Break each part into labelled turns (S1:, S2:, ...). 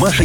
S1: Маша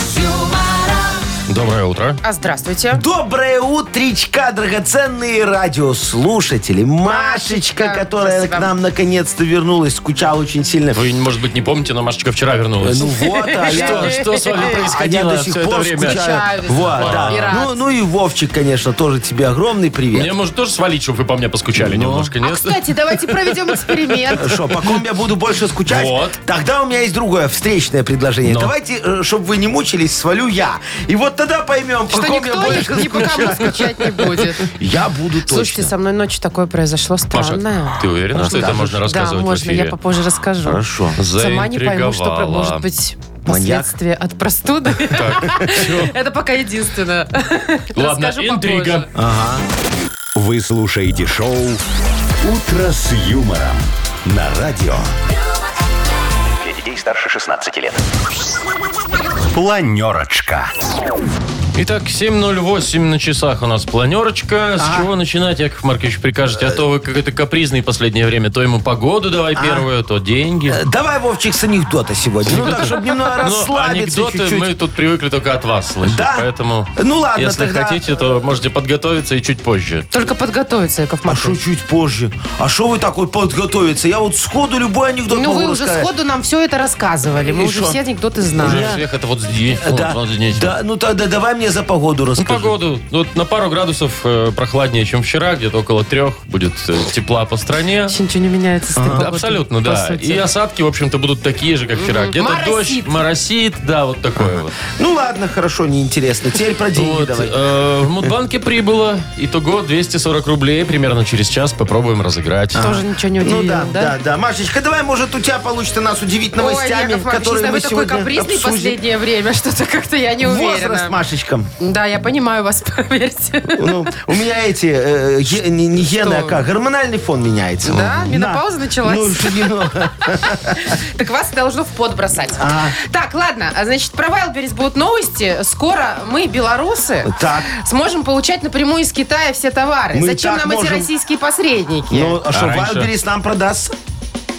S2: Доброе утро.
S3: А здравствуйте.
S4: Доброе утречка, драгоценные радиослушатели. Машечка,
S3: Машечка,
S4: которая
S3: спасибо.
S4: к нам наконец-то вернулась, скучала очень сильно.
S2: Вы, может быть, не помните, но Машечка вчера вернулась.
S4: Ну вот,
S2: что,
S4: а я...
S2: что с вами
S4: А я
S2: происходило
S4: до сих
S2: все это
S4: пор
S2: время?
S4: скучаю.
S3: Скучаю,
S4: Вот,
S3: весна,
S4: да.
S3: и радость.
S4: Ну, ну и Вовчик, конечно, тоже тебе огромный
S2: Мне,
S4: привет.
S2: может, тоже свалить, чтобы вы по мне поскучали немножко,
S3: А,
S2: нет?
S3: кстати, давайте проведем эксперимент.
S4: Что, по ком я буду больше скучать?
S2: Вот.
S4: Тогда у меня есть другое встречное предложение.
S2: Но.
S4: Давайте, чтобы вы не мучились, свалю я. И вот тогда поймем, по
S3: Что
S4: ком я
S3: никто
S4: больше
S3: ни, ни по кому скучать не будет.
S4: Я буду точно.
S3: Слушайте, со мной ночью такое произошло
S2: Маша,
S3: странное.
S2: ты уверена, что это можно
S3: Да,
S2: рассказывать в
S3: можно, я
S2: эфире?
S3: попозже расскажу.
S4: Хорошо.
S3: Сама не пойму, что про- может быть
S4: Маньяк?
S3: последствия от простуды. Это пока единственное.
S2: Ладно,
S3: Расскажу
S2: интрига.
S3: попозже.
S1: Вы слушаете шоу «Утро с юмором» на радио. Для детей старше 16 лет. Планерочка.
S2: Итак, 7.08 на часах у нас планерочка.
S4: А.
S2: С чего начинать, Яков Маркович, прикажете? А то вы какой-то капризный последнее время. То ему погоду давай первую, то деньги.
S4: А. Э, Давай, Вовчик, с анекдота сегодня. Ну, так, чтобы немного
S2: Ну,
S4: расслабиться
S2: анекдоты
S4: чуть-чуть.
S2: мы тут привыкли только от вас слышать.
S4: Да?
S2: Поэтому,
S4: Ну, ладно,
S2: если
S4: тогда-
S2: хотите, то можете подготовиться и чуть позже.
S3: Только подготовиться, Яков
S4: А что
S3: Маркович.
S4: чуть позже? А что вы такой подготовиться? Я вот сходу любой анекдот
S3: Ну
S4: могу
S3: вы уже
S4: рассказать.
S3: сходу нам все это рассказывали. Мы
S4: И
S3: уже
S4: шо?
S3: все анекдоты
S2: Уже
S3: знаем.
S2: всех это вот здесь. вот,
S4: Да,
S2: вот здесь.
S4: да, ну тогда давай мне за погоду
S2: Ну,
S4: расскажи.
S2: погоду. Вот на пару градусов э, прохладнее, чем вчера, где-то около трех будет э, тепла по стране.
S3: Вообще ничего не меняется с этой
S2: Да,
S3: погодой,
S2: Абсолютно,
S3: по
S2: да.
S3: сути.
S2: И осадки, в общем-то, будут такие же, как вчера. Где-то
S3: Моросит.
S2: дождь, моросит, да, вот такое вот.
S4: Ну ладно, хорошо, неинтересно. Теперь про деньги
S2: Вот,
S4: давай.
S2: э, в Мудбанке прибыло. Итого 240 рублей. Примерно через час попробуем разыграть.
S3: Тоже ничего не
S4: Ну да,
S3: удивило,
S4: да, да. Машечка, давай, может, у тебя получится нас удивить
S3: Ой,
S4: новостями,
S3: Яков Маркович,
S4: которые
S3: вы
S4: мы
S3: такой
S4: сегодня
S3: капризный
S4: обсудим.
S3: последнее время, что-то как-то я не уверена.
S4: Возраст, Машечка.
S3: Да, я понимаю вас, поверьте.
S4: Ну, у меня эти, э, ге- не, не гены, а
S3: Что?
S4: как, гормональный фон меняется.
S3: Да? Менопауза началась?
S4: Ну, что немного.
S3: Так вас должно в пот бросать.
S4: А.
S3: Так, ладно, а, значит, про Wildberries будут новости. Скоро мы, белорусы,
S4: Так.
S3: сможем получать напрямую из Китая все товары.
S4: Мы и
S3: Зачем
S4: так
S3: нам эти
S4: можем.
S3: российские посредники?
S4: Ну, а что,
S2: раньше?
S4: Вайлдберрис нам продастся?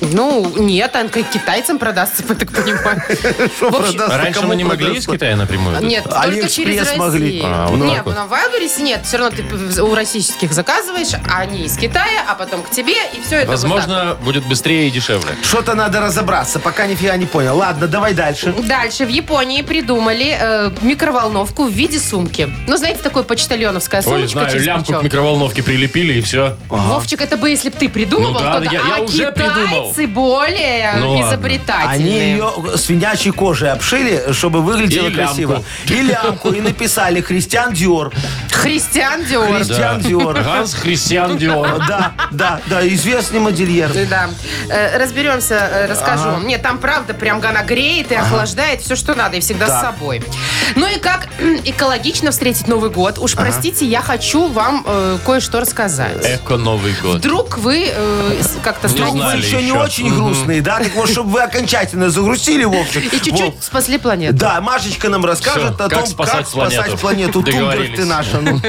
S3: Ну, нет, он к китайцам продастся, я так понимаю.
S4: Что
S3: В общем,
S4: продастся,
S2: Раньше мы
S4: кому
S2: не могли из
S4: продастся?
S2: Китая
S4: А,
S2: напрямую?
S3: Нет, только
S4: Алиэкспресс
S3: через Россию.
S4: могли.
S2: А, вот
S3: нет,
S2: так вот.
S3: на Вайлдберрис нет. Все равно ты у российских заказываешь, а они из Китая, а потом к тебе, и все это вот так.
S2: Возможно, будет быстрее и дешевле.
S4: Что-то надо разобраться, пока нифига не понял. Ладно, давай дальше.
S3: Дальше в Японии придумали э, микроволновку в виде сумки. Ну, знаете, такой почтальоновская сумочка.
S2: Ой, знаю,
S3: через
S2: лямку
S3: плечо.
S2: к микроволновке прилепили и все.
S3: Вовчик, это бы если бы ты придумывал,
S2: Ну да,
S3: кто-то.
S2: я- я
S3: а
S2: уже
S3: китайцы более
S2: Ну ладно.
S4: Они
S3: изобретательные.
S4: ее свинячьей кожей обшили, чтобы выглядело
S2: И лямку.
S4: красиво. И лямку, и написали «Христиан Диор».
S3: Христиан Диор.
S4: Христи- Кристиан Диор.
S2: Ганс Христиан Диор.
S4: Да, да, да, известный модельер.
S3: Да. Э, Разберемся, э, расскажу. вам. Нет, там правда прям она греет и охлаждает все, что надо, и всегда
S4: Да.
S3: с собой. Ну и как экологично встретить Новый год? Уж простите, я хочу вам э, кое-что рассказать.
S2: Эко Новый год.
S3: Вдруг вы э, с- как-то
S2: Э. Ну, Не
S3: станете-
S4: Вдруг вы
S2: знали
S4: еще не
S2: еще.
S4: очень грустные, да? Так вот, чтобы вы окончательно загрустили, Вовчик.
S3: и чуть-чуть
S4: Вов,
S3: спасли планету.
S4: Да, Машечка нам расскажет
S2: Всё,
S4: о
S2: как
S4: том,
S2: спасать
S4: как спасать
S2: планету.
S4: планету. Тундра
S2: Договорились.
S4: ты наша. ну.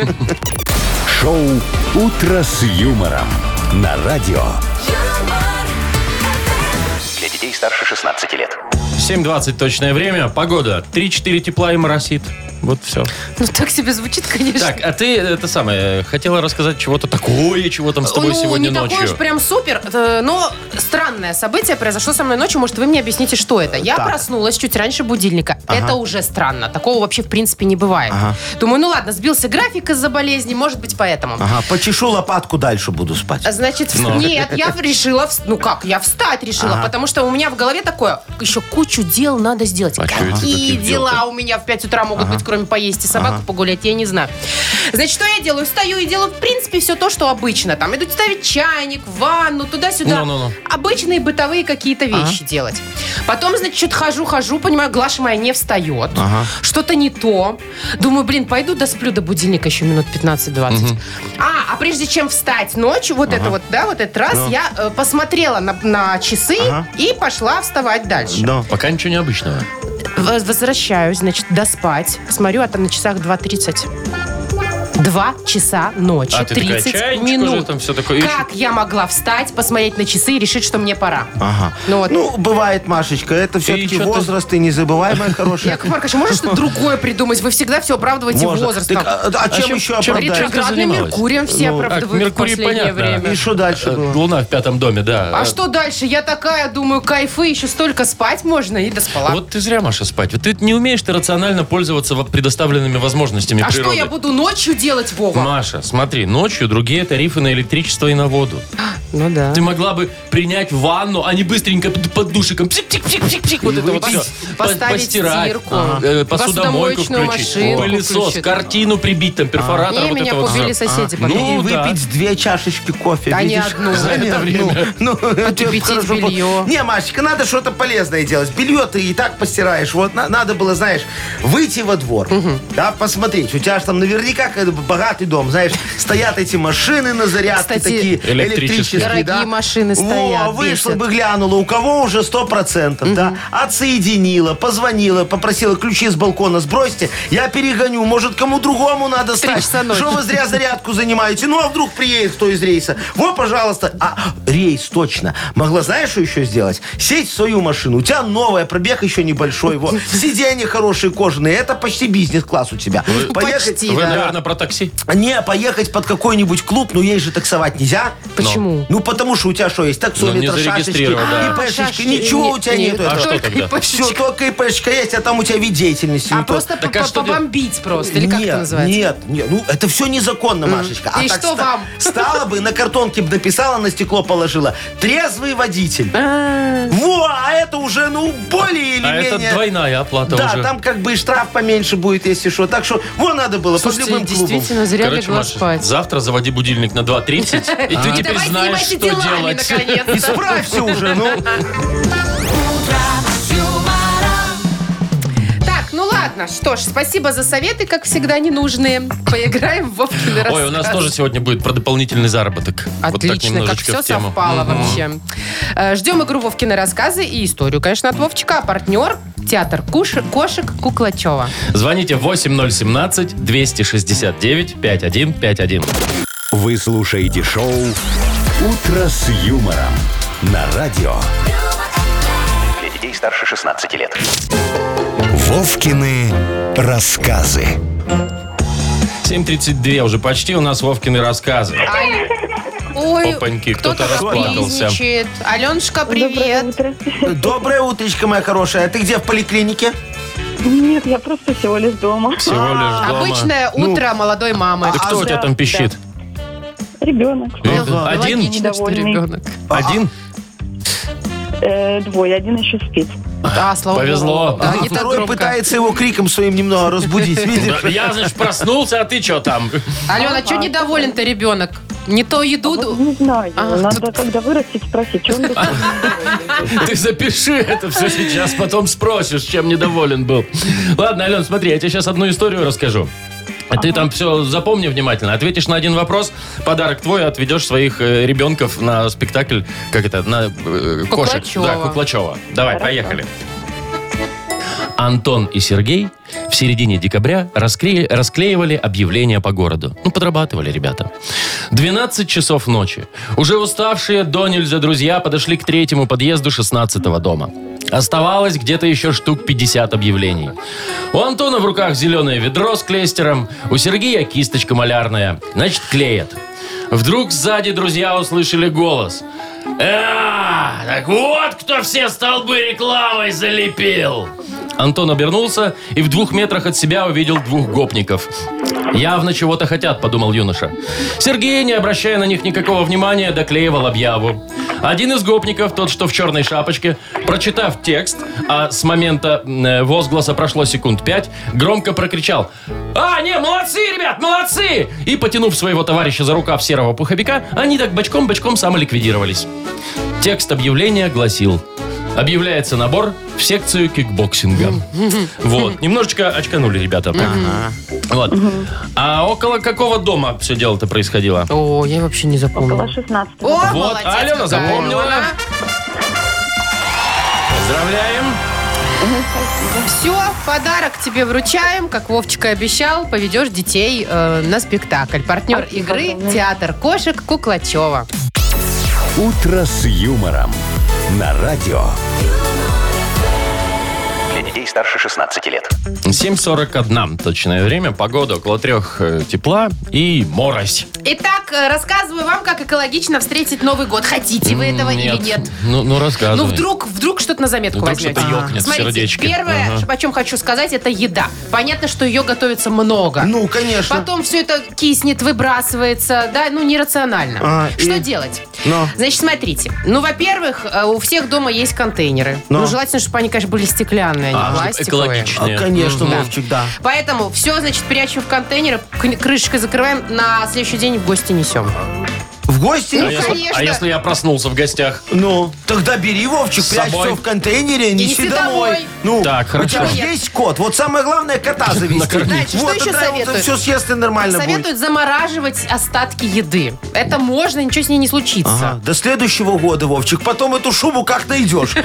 S1: Шоу «Утро с юмором» на радио. Для детей старше 16 лет.
S2: 7.20 точное время. Погода 3-4 тепла и моросит. Вот все.
S3: Ну так себе звучит, конечно.
S2: Так, а ты, это самое, хотела рассказать чего-то такое, чего там с тобой
S3: ну,
S2: сегодня
S3: не
S2: ночью.
S3: такое уж прям супер, э, но странное событие произошло со мной ночью. Может, вы мне объясните, что это? Я
S4: Так.
S3: проснулась чуть раньше будильника. Это уже странно. Такого вообще, в принципе, не бывает. Думаю, ну ладно, сбился график из-за болезни, может быть, поэтому.
S4: Ага, почешу лопатку, дальше буду спать.
S2: А
S3: Значит, вс- нет, я решила, вс- ну как, я встать решила, потому что у меня в голове такое, еще кучу дел надо сделать.
S2: А чё это
S3: Какие
S2: таких
S3: дела
S2: дел-то?
S3: у меня в 5 утра могут быть, кроме поесть и собаку погулять, я не знаю. Значит, что я делаю? Встаю и делаю, в принципе, все то, что обычно. Там иду ставить чайник, ванну, туда-сюда.
S2: Ну-ну-ну.
S3: Обычные бытовые какие-то вещи делать. Потом, значит, что-то хожу-хожу, понимаю, Глаша моя не встает. Что-то не то. Думаю, блин, пойду досплю до будильника еще минут 15-20. А, а прежде чем встать ночью, вот это вот, да, вот этот раз, я э, посмотрела на, на часы и пошла вставать дальше.
S4: Но.
S2: Пока ничего необычного.
S3: Воз- Возвращаюсь, значит, доспать. Смотрю, а там на часах 2.30. Два часа ночи,
S2: А ты такая,
S3: 30
S2: «Чаечек уже
S3: минут.
S2: там всё такое».
S3: Как я могла встать, посмотреть на часы и решить, что мне пора?
S4: Ага.
S3: Ну вот.
S4: Ну, бывает, Машечка, это все-таки
S2: чё ты-
S4: возраст, и незабывай, моя хорошая.
S3: Яков Маркович, можно что-то другое придумать? Вы всегда все оправдываете
S4: Можно.
S3: возрастом.
S4: Так, а- а чем
S2: чем-
S4: еще
S2: чем
S4: оправдать?
S2: речь?
S3: Ретроградным
S2: занималась?
S3: Меркурием все
S4: Ну,
S2: а,
S3: оправдывают в
S2: Меркурий
S3: последнее
S2: понятно.
S4: И
S3: время.
S4: что дальше было?
S2: Э, Луна в пятом доме, да.
S3: А что дальше? Я такая, думаю, кайфы, еще столько спать можно, и доспала.
S2: Вот ты зря, Маша, спать. Вот ты не умеешь ты рационально пользоваться во- предоставленными возможностями
S3: а что
S2: природы.
S3: я буду ночью делать, Вова?
S2: Маша, смотри, ночью другие тарифы на электричество и на воду.
S3: Ну да.
S2: Ты могла бы принять ванну, а не быстренько под под душиком. Псик-псик-псик-псик. Вот это вот
S3: выпить.
S2: все.
S3: Поставить
S2: Постирать.
S3: стирку.
S2: Ага. Э, Посудомойку
S3: Посудомоечную
S2: включить.
S3: машину
S2: Пылесос,
S3: включить.
S2: картину прибить, там, перфоратор.
S3: Не,
S2: вот
S3: меня
S2: это вот
S3: купили
S2: всё.
S3: соседи потом.
S2: Ну,
S4: И
S2: да.
S4: выпить две чашечки кофе,
S3: Да не
S4: видишь?
S3: одну. За
S2: это
S4: Не одну.
S2: время.
S4: Ну, это
S3: Кипятить
S4: хорошо было.
S3: белье.
S4: Не, Машечка, надо что-то полезное делать. Белье ты и так постираешь. Вот на- надо было, знаешь, выйти во двор, да, посмотреть. У тебя же там наверняка какой-то богатый дом, знаешь, стоят эти машины на зарядке
S3: Кстати,
S4: такие
S2: Электрические.
S4: электрические. да.
S3: Дорогие машины
S4: Во,
S3: стоят,
S4: вышла
S3: бесят.
S4: бы, глянула, у кого уже 100%, да, отсоединила, позвонила, попросила ключи с балкона сбросьте, я перегоню, может, кому другому надо
S3: Три
S4: стать.
S3: часа ночи.
S4: Что вы зря зарядку занимаете? Ну, а вдруг приедет кто из рейса? Вот, пожалуйста. А, рейс, точно. Могла, знаешь, что еще сделать? Сесть в свою машину. У тебя новая, пробег еще небольшой. Вот. Сиденья хорошие, кожаные. Это почти бизнес-класс у тебя.
S3: Почти,
S2: Вы,
S3: да.
S2: наверное, про такси.
S4: Не, поехать под какой-нибудь клуб, но ей же таксовать нельзя.
S3: Почему?
S4: Ну, потому что у тебя что есть?
S2: Ну,
S4: Таксометр,
S2: не
S4: шашечки,
S2: зарегистрировано, да.
S3: А,
S4: ИПшечки.
S3: шашки.
S4: Ничего
S3: Не-
S4: у тебя
S3: не,
S4: нету этого.
S2: А что
S3: только
S2: тогда?
S3: ИПшечка.
S4: Все, только ИПшечка есть, а там у тебя вид деятельности.
S3: А
S4: не тот.
S3: просто
S2: Так, а
S3: по-
S2: что
S3: по- побомбить просто, или как
S4: нет,
S3: это называется?
S4: Нет, нет, ну это все незаконно, Машечка. А
S3: И что вам?
S4: Стала бы, на картонке бы написала, на стекло положила. Трезвый водитель. Во, а это уже, ну, более или
S2: А это
S4: менее...
S2: двойная оплата
S4: да,
S2: уже.
S4: там как бы и штраф поменьше будет, если что. Так что, во, надо было под
S3: Слушайте,
S4: любым клубом.
S3: действительно, зря
S2: Короче,
S3: легла
S2: Маша,
S3: спать. А.
S2: завтра заводи будильник на 2.30, и ты теперь
S3: Ну, Давай
S2: знаешь,
S3: занимайся
S2: что
S3: делами,
S2: делать.
S3: наконец-то.
S4: Исправься уже, ну.
S3: Так, ну ладно, что ж, спасибо за советы, как всегда, ненужные. Поиграем в Вовкины
S2: Ой, у нас
S3: рассказы.
S2: тоже сегодня будет про дополнительный заработок. Вот так
S3: Отлично, как
S2: немножечко
S3: все
S2: в тему.
S3: совпало вообще. Э, Ждем игру Вовкины рассказы и историю, конечно, от Вовчика. А партнер – театр куш- кошек Куклачева.
S2: Звоните 8017-269-5151.
S1: Вы слушаете шоу «Утро с юмором» на радио.
S5: Для детей старше 16 лет.
S1: Вовкины рассказы.
S2: 7.32 уже почти у нас Вовкины рассказы.
S3: Ой,
S2: Опаньки, кто-то
S3: кто-то
S2: расплакался.
S3: капризничает. Аленушка, привет.
S6: Доброе утро.
S4: Доброе утречко, моя хорошая. А ты где, в поликлинике?
S6: Нет, я просто всего лишь дома.
S2: Всего лишь дома.
S3: Обычное утро молодой мамы.
S2: Да Ну, кто у тебя
S6: да,
S2: там пищит?
S6: Ребенок.
S4: Ага.
S2: Один?
S3: Логично, что
S6: Недовольный.
S3: ребенок.
S2: Один?
S6: Э, двое, один еще спит.
S3: Да, слава
S2: Повезло.
S3: богу. Да,
S4: А
S3: не так
S4: второй
S3: громко.
S4: пытается его криком своим немного разбудить, видишь?
S2: Да, Я, значит, проснулся, а ты что там?
S3: Алена, что недоволен-то ребенок? Не то еду...
S6: Вот не знаю.
S3: А,
S6: Надо,
S3: тут-
S6: когда вырастет, спросить, что он такой
S2: Ты запиши это все сейчас, потом спросишь, чем недоволен был. Ладно, Ален, смотри, я тебе сейчас одну историю расскажу. А Ты там все запомни внимательно. Ответишь на один вопрос, подарок твой, отведешь своих э, ребенков на спектакль, как это, на э, кошек.
S3: Куклачёва.
S2: Да, Куклачева. Давай,
S6: Хорошо.
S2: поехали. Антон и Сергей в середине декабря раскре- расклеивали объявления по городу. Ну, подрабатывали ребята. 12 часов ночи. Уже уставшие до нельзя друзья подошли к третьему подъезду 16-го дома. Оставалось где-то еще штук 50 объявлений. У Антона в руках зеленое ведро с клейстером, у Сергея кисточка малярная. Значит, клеят. Вдруг сзади друзья услышали голос. «А, так вот кто все столбы рекламой залепил!» Антон обернулся и в двух метрах от себя увидел двух гопников. «Явно чего-то хотят», — подумал юноша. Сергей, не обращая на них никакого внимания, доклеивал объяву. Один из гопников, тот, что в черной шапочке, прочитав текст, а с момента м, э, возгласа прошло секунд пять, громко прокричал «А, не, молодцы, ребят, молодцы!» И, потянув своего товарища за рукав серого пуховика, они так бочком-бочком самоликвидировались. Текст объявления гласил Объявляется набор в секцию кикбоксинга. Вот. Немножечко очканули ребята. Вот. А около какого дома все дело-то происходило?
S3: О, я вообще не
S6: около
S3: запомнила.
S6: 16
S3: О,
S2: Вот,
S3: молодец
S2: Алена
S3: какая.
S2: запомнила. Поздравляем.
S3: Все, Ну, подарок тебе вручаем, как Вовчик и обещал, поведешь детей э, на спектакль. Партнер
S6: Спасибо
S3: игры
S6: огромное.
S3: «Театр кошек» Куклачева.
S1: «Утро с юмором» на радио.
S5: Для детей старше 16 лет.
S2: 7.41 точное время. Погода около трех э, тепла и морось.
S3: Итак, э, рассказываю вам, как экологично встретить Новый год. Хотите вы этого или нет?
S2: Ну, ну
S3: Ну,
S2: рассказывай.
S3: вдруг, вдруг что-то на заметку
S2: Вдруг
S3: возьмете.
S2: что-то ёкнет в
S3: Смотрите,
S2: сердечке.
S3: первое,
S2: Ага.
S3: ш- о чем хочу сказать, это еда. Понятно, что ее готовится много.
S4: Ну, конечно.
S3: Потом все это киснет, выбрасывается, да, ну, нерационально.
S4: А,
S3: что
S4: и-
S3: делать?
S4: Но.
S3: Значит, смотрите. Ну, во-первых, э, у всех дома есть контейнеры.
S4: Но.
S3: Ну, желательно, чтобы они, конечно, были стеклянные, а не
S2: А, чтоб
S3: пластиковые.
S4: А,
S2: экологичнее.
S4: конечно,
S3: Да.
S4: Вовчик, да.
S3: Поэтому все, значит, прячем в контейнеры, кн- крышечкой закрываем, на следующий день в гости несем.
S4: В гости?
S3: Ну,
S2: а, если,
S3: конечно.
S2: а если я проснулся в гостях?
S4: Ну, тогда бери, Вовчик,
S2: С
S4: прячь
S2: собой.
S4: все в контейнере,
S3: неси
S4: неси, домой.
S3: домой.
S4: Ну,
S2: Так, хорошо.
S4: У тебя же есть кот. Вот самое главное кота завести.
S2: Накормить.
S3: Знаете, что
S4: вот,
S3: еще советуют?
S4: все съест и нормально будет.
S3: Советуют замораживать остатки еды. Это можно, ничего с ней не
S4: Ага,
S3: случится.
S4: До следующего года, Вовчик. Потом эту шубу как найдешь.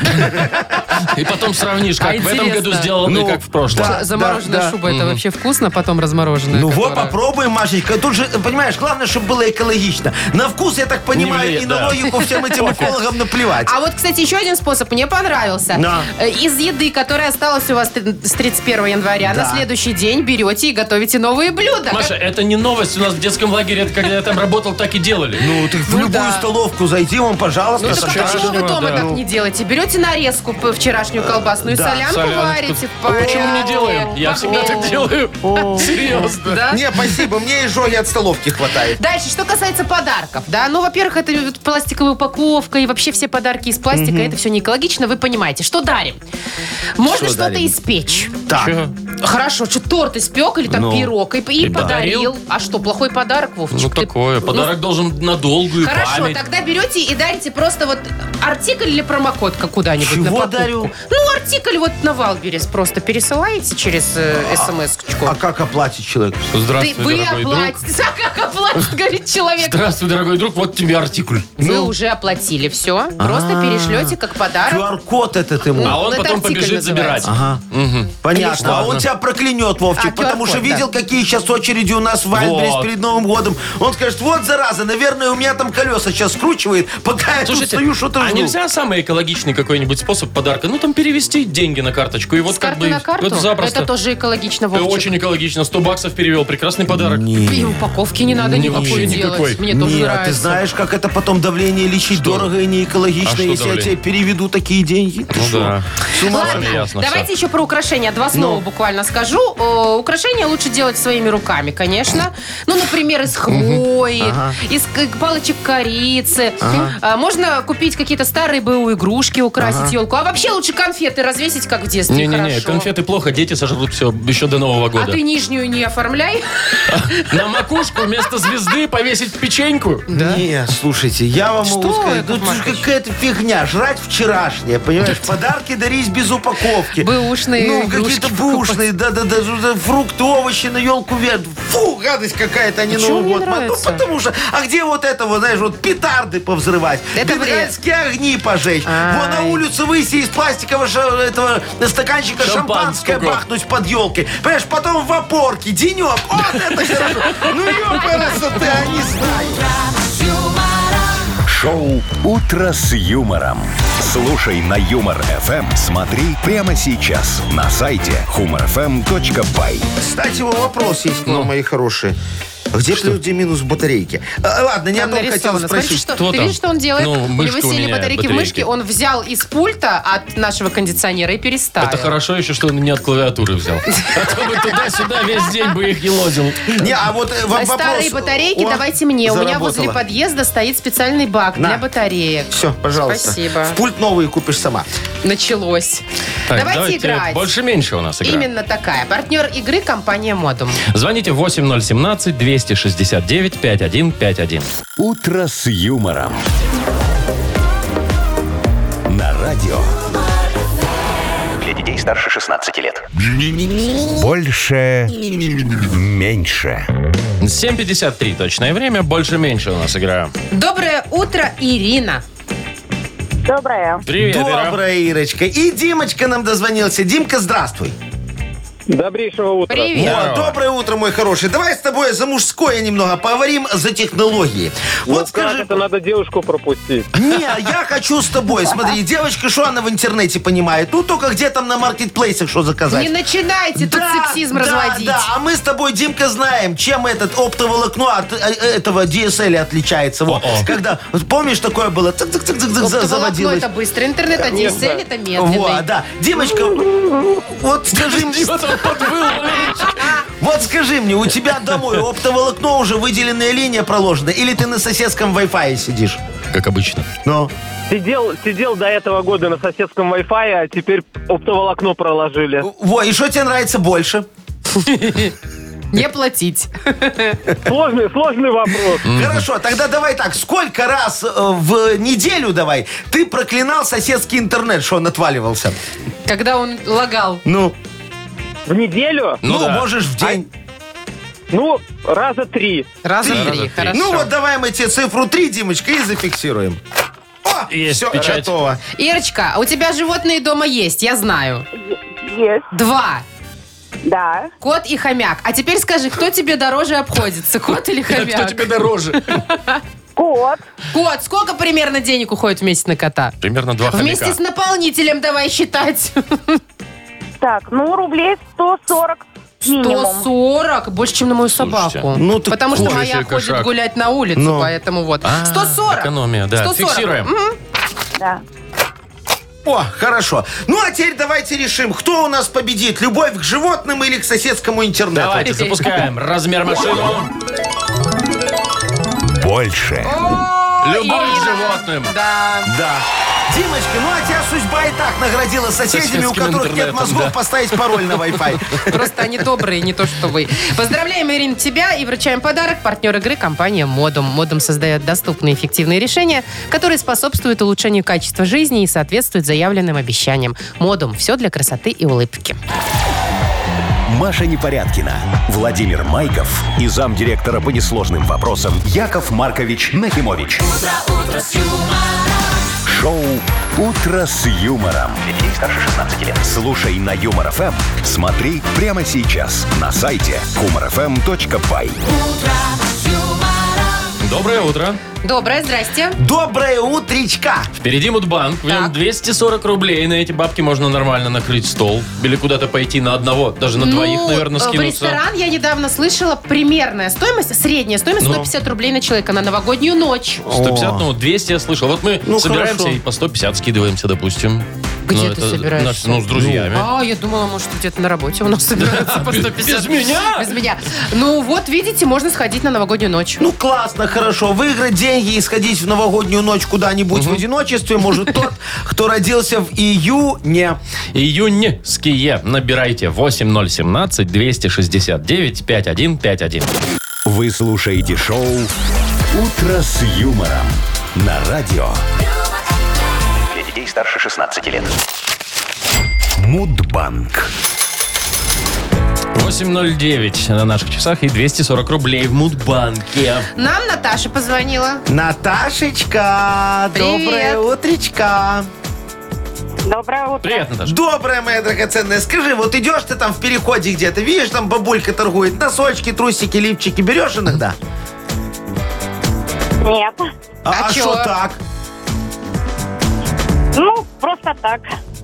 S2: И потом сравнишь,
S3: А
S2: как в этом
S3: интересно.
S2: году сделано и
S4: Ну,
S2: как в прошлом.
S4: да.
S3: Замороженная
S4: да.
S3: шуба, это вообще вкусно, потом размороженная.
S4: Ну вот,
S3: которая-
S4: попробуем, Машечка. А Тут же, понимаешь, главное, чтобы было экологично. На вкус, я так понимаю,
S2: влияет,
S4: и
S2: да.
S4: на логику всем этим экологам наплевать.
S3: А вот, кстати, еще один способ мне понравился.
S4: Да.
S3: Э, Из еды, которая осталась у вас три- с 31 января, на
S4: Да.
S3: следующий день берете и готовите новые блюда.
S2: Маша, это не новость. У нас в детском лагере, это когда я там работал, так и делали.
S4: Ну, ты в
S3: Ну
S4: любую
S3: да.
S4: столовку зайди, вон, пожалуйста.
S3: Ну, так а почему вы
S2: вчерашнего,
S3: дома
S2: да.
S3: так не делаете? Берете нарезку п- вчерашнюю колбасную
S4: да,
S3: солянку,
S2: солянку.
S3: варите в
S2: А
S3: паре.
S2: Почему не делаем? Я всегда так делаю. Серьезно.
S3: Да?
S4: Не, спасибо, мне и жоги от столовки хватает.
S3: Дальше, что касается подарков, да, ну, во-первых, это вот пластиковая упаковка и вообще все подарки из пластика, это все не экологично, вы понимаете. Что дарим? Можно
S4: Что
S3: что-то
S4: дарим?
S3: испечь.
S4: Так,
S2: Чё?
S3: Хорошо, что торт испек или там
S4: Ну.
S3: пирог и, и
S2: И
S3: подарил.
S2: подарил.
S3: А что, плохой подарок, Вовчик?
S2: Ну,
S3: Ты-
S2: такое.
S3: ну,
S2: Подарок должен на долгую
S3: Хорошо,
S2: память.
S3: тогда берете и дарите просто вот артикль или промокодка куда-нибудь. на
S4: Чего
S3: покупку.
S4: дарю?
S3: Ну, артикль вот на Валберес просто пересылаете через э, смс-очку.
S4: а как оплатит человек?
S2: Здравствуй,
S3: вы
S2: дорогой друг.
S3: оплатите. А как оплатит, говорит человек.
S2: Здравствуй, дорогой друг. Вот тебе артикуль.
S3: Вы уже оплатили все. Просто перешлете как подарок.
S4: QR-код этот ему.
S2: А он
S3: это
S2: потом
S3: Ну, артикль
S2: побежит
S3: называется.
S2: забирать.
S4: Ага. Понятно. А он тебя проклянет,
S3: А,
S4: Вовчик, потому
S3: QR-код,
S4: что видел, какие сейчас очереди у нас в Вайлдберрис
S2: Вот.
S4: перед Новым годом. Он скажет, вот, зараза, наверное, у меня там колеса сейчас скручивает, пока я тут
S2: Слушайте,
S4: стою, что-то
S2: а
S4: жду.
S2: нельзя самый экологичный какой-нибудь способ подарка? Ну, там перевести деньги на карточку. И вот
S3: С
S2: как
S3: карты
S2: бы...
S3: на карту?
S2: Вот запросто.
S3: Это тоже экологично,
S2: Ты
S3: Вовчик.
S2: очень экологично. 100 баксов перевел. Прекрасный подарок.
S3: И упаковки не надо
S2: Не,
S3: никакой
S2: вообще
S3: делать.
S2: никакой.
S3: Мне тоже
S4: Нет, а
S3: нравится.
S4: ты знаешь, как это потом давление лечить дорого и
S2: А
S4: неэкологично,
S2: что
S4: если
S2: давление?
S4: я тебе переведу такие деньги. Ты
S2: Ну
S4: что?
S2: да.
S4: С ума
S3: Ладно,
S4: сойти.
S2: ясно всё.
S3: давайте еще про украшения. Два
S2: Ну.
S3: слова буквально скажу. Э, украшения лучше делать своими руками, конечно. Ну, например, из хвои, из к- палочек корицы. А, Можно купить какие-то старые БУ игрушки, украсить елку. А вообще лучше конфеты развесить, как в детстве.
S2: Не-не-не,
S3: хорошо.
S2: конфеты плохо, дети сожрут все еще до Нового
S3: А
S2: года.
S3: ты нижнюю не оформляй.
S2: На макушку вместо звезды повесить печеньку.
S4: Не, слушайте, я вам могу
S3: Что,
S4: сказать,
S3: Яков
S4: ну это же
S3: Маркович?
S4: какая-то фигня, жрать вчерашнее, понимаешь, подарки дарить без упаковки.
S3: Бэушные
S4: Ну,
S3: игрушки
S4: какие-то бушные, да-да-да, да, фрукты, овощи на елку вверх. Фу, гадость какая-то, а не
S3: Почему
S4: Новый
S3: мне
S4: год. Ну,
S3: нравится?
S4: потому что, а где вот это, вот, знаешь, вот петарды повзрывать,
S3: Это вред.
S4: бенгальские огни пожечь, вон на
S3: Ай.
S4: улицу выйти из пластикового ша- этого стаканчика
S2: Шампанского.
S4: шампанское бахнуть под елкой. Понимаешь, потом в опорке, денек, вот это хорошо. Ну, ёпараса ты, а не знаю.
S1: Шоу «Утро с юмором». Слушай на Юмор ФМ. Смотри прямо сейчас на сайте humorfm.by.
S4: Кстати, его вопрос есть,
S7: Ну.
S4: к вам, мои хорошие. А Где плюс, где минус батарейки? А, ладно, не о
S3: Там
S4: том хотел
S3: нарисовано. Смотри,
S4: спросить.
S3: что,
S2: Кто
S3: ты
S2: там?
S3: видишь, что он делает?
S2: Ну,
S3: у него
S2: мышки у
S3: сели
S2: меня,
S3: батарейки в
S2: батарейки.
S3: мышке, он взял из пульта от нашего кондиционера и переставил.
S2: Это хорошо еще, что он не от клавиатуры взял. А то бы туда-сюда весь день бы их елозил.
S4: Не, а вот э, вам
S3: А Старые
S4: вопрос,
S3: батарейки
S4: о,
S3: давайте мне. У меня возле
S4: заработала.
S3: подъезда стоит специальный бак
S4: На.
S3: для батареек.
S4: Все, пожалуйста.
S3: Спасибо.
S4: В пульт новый купишь сама.
S3: Началось.
S2: Так,
S3: давайте, играть.
S2: Больше-меньше у нас игра.
S3: Именно такая. Партнер игры компания Модум.
S2: Звоните 8017-269-5151.
S1: «Утро с юмором». На радио
S5: Для детей старше 16 лет.
S1: «Больше, меньше».
S2: 7.53 точное время, больше-меньше у нас игра.
S3: Доброе утро, Ирина.
S6: Доброе.
S2: Привет, Ира.
S4: Добрая Ирочка. И Димочка нам дозвонился. Димка, здравствуй.
S7: Добрейшего утра.
S3: Привет.
S4: О, доброе утро, мой хороший. Давай с тобой за мужское немного поговорим за технологии.
S7: Ну,
S4: вот скажи,
S7: как это надо девушку пропустить?
S4: Не, я хочу с тобой. Смотри, девочка, что она в интернете понимает? Ну, только где там на маркетплейсах что заказать.
S3: Не начинайте тут
S4: Да,
S3: сексизм
S4: да,
S3: разводить.
S4: Да, а мы с тобой, Димка, знаем, чем этот оптоволокно от э, э, этого DSL отличается. Вот,
S2: О-о.
S4: когда, вот помнишь, такое было, цик цик цик цик
S3: Вот это
S4: заводилось.
S3: волокно это быстро, интернет, а DSL это
S4: Вот,
S3: медленный.
S4: да. Димочка, вот скажи мне, вот скажи мне, у тебя домой оптоволокно уже выделенная линия проложена, или ты на соседском Wi-Fi сидишь?
S2: Как обычно.
S4: Ну,
S7: Сидел, сидел до этого года на соседском Wi-Fi, а теперь оптоволокно проложили.
S4: во, и что тебе нравится больше?
S3: Не платить.
S7: Сложный, сложный вопрос.
S4: Хорошо, тогда давай так. Сколько раз э, в неделю давай ты проклинал соседский интернет, что он отваливался?
S3: Когда он лагал.
S4: Ну,
S7: В неделю?
S4: ну,
S2: да. А
S4: можешь в день.
S7: Ну, раза три.
S3: Раза
S2: Три. Раза
S3: три.
S2: три.
S3: Хорошо.
S4: ну вот давай мы тебе цифру 3, Димочка, и зафиксируем. О,
S2: Есть
S4: все,
S2: печать.
S4: готово.
S3: Ирочка, а у тебя животные дома есть, я знаю.
S6: Есть.
S3: Два.
S6: Да.
S3: Кот и хомяк. А теперь скажи, кто тебе дороже обходится, кот или
S2: Кто
S3: хомяк?
S2: тебе дороже?
S6: Кот.
S3: Кот, сколько примерно денег уходит в месяц на кота?
S2: Примерно два
S3: Вместе
S2: хомяка.
S3: с наполнителем давай считать.
S6: Так, ну, рублей 140 минимум.
S3: 140, больше, чем на мою собаку.
S2: Слушайте,
S4: ну так
S3: Потому что
S2: кот.
S3: моя
S2: Слушай,
S3: ходит
S2: кошак.
S3: гулять на улицу,
S4: Ну.
S3: поэтому вот.
S2: А,
S3: 140.
S2: экономия, да.
S3: 140.
S2: Фиксируем.
S3: Мгм.
S6: Да.
S4: О, хорошо. Ну, а теперь давайте решим, кто у нас победит, любовь к животным или к соседскому интернету.
S2: Давайте запускаем размер машину.
S1: Больше.
S2: Любовь к
S3: Ирина.
S2: животным.
S3: Да.
S4: Да. Димочка, ну а тебя судьба и так наградила соседями, у
S2: Соседским
S4: которых нет
S2: интернетом,
S4: мозгов
S2: да.
S4: поставить пароль на Wi-Fi.
S3: Просто они добрые, не то, что вы. Поздравляем, Ирина, тебя и вручаем подарок. Партнер игры – компания «Модум». «Модум» создает доступные и эффективные решения, которые способствуют улучшению качества жизни и соответствуют заявленным обещаниям. «Модум» – все для красоты и улыбки.
S1: Маша Непорядкина, Владимир Майков и замдиректора по несложным вопросам Яков Маркович Нахимович. Шоу Утро с юмором.
S5: Детей старше 16 лет.
S1: Слушай на юмор ФМ, смотри прямо сейчас на сайте humorfm.by.
S2: Доброе утро.
S3: Доброе, здрасте.
S4: Доброе утречка.
S2: Впереди Мудбанк. В нем
S3: Так.
S2: 240 рублей. На эти бабки можно нормально накрыть стол. Или куда-то пойти на одного. Даже на
S3: Ну,
S2: двоих, наверное,
S3: э, В
S2: скинуться.
S3: ресторан я недавно слышала примерная стоимость, средняя стоимость
S2: Ну.
S3: 150 рублей на человека на новогоднюю ночь.
S2: 150, ну, 200 я слышал. Вот мы
S4: Ну,
S2: собираемся
S4: хорошо.
S2: и по 150 скидываемся, допустим.
S3: Где
S2: Ну,
S3: ты
S2: это
S3: собираешься?
S2: наш- Ну, с друзьями.
S3: А, я думала, может, где-то на работе у нас собираются по
S2: без-
S3: 150.
S2: без меня?
S3: Без меня. Ну вот, видите, можно сходить на новогоднюю ночь.
S4: Ну, классно, хорошо. Выиграть деньги и сходить в новогоднюю ночь куда-нибудь в одиночестве может тот, кто родился в июне.
S2: Июньские. Набирайте 8017-269-5151.
S1: Вы слушаете шоу Утро с юмором на радио
S5: Для детей старше 16 лет.
S1: Мудбанк.
S2: 8.09 на наших часах и 240 рублей в Мудбанке.
S3: Нам Наташа позвонила.
S4: Наташечка,
S3: Привет.
S4: доброе утречко.
S6: Доброе утро.
S2: Привет, Наташа.
S4: Доброе, моя драгоценная. Скажи, вот идешь ты там в переходе где-то, видишь, там бабулька торгует, носочки, трусики, липчики берешь иногда?
S6: Нет.
S3: А
S4: А
S3: чё?
S4: что так?
S6: Ну, просто так.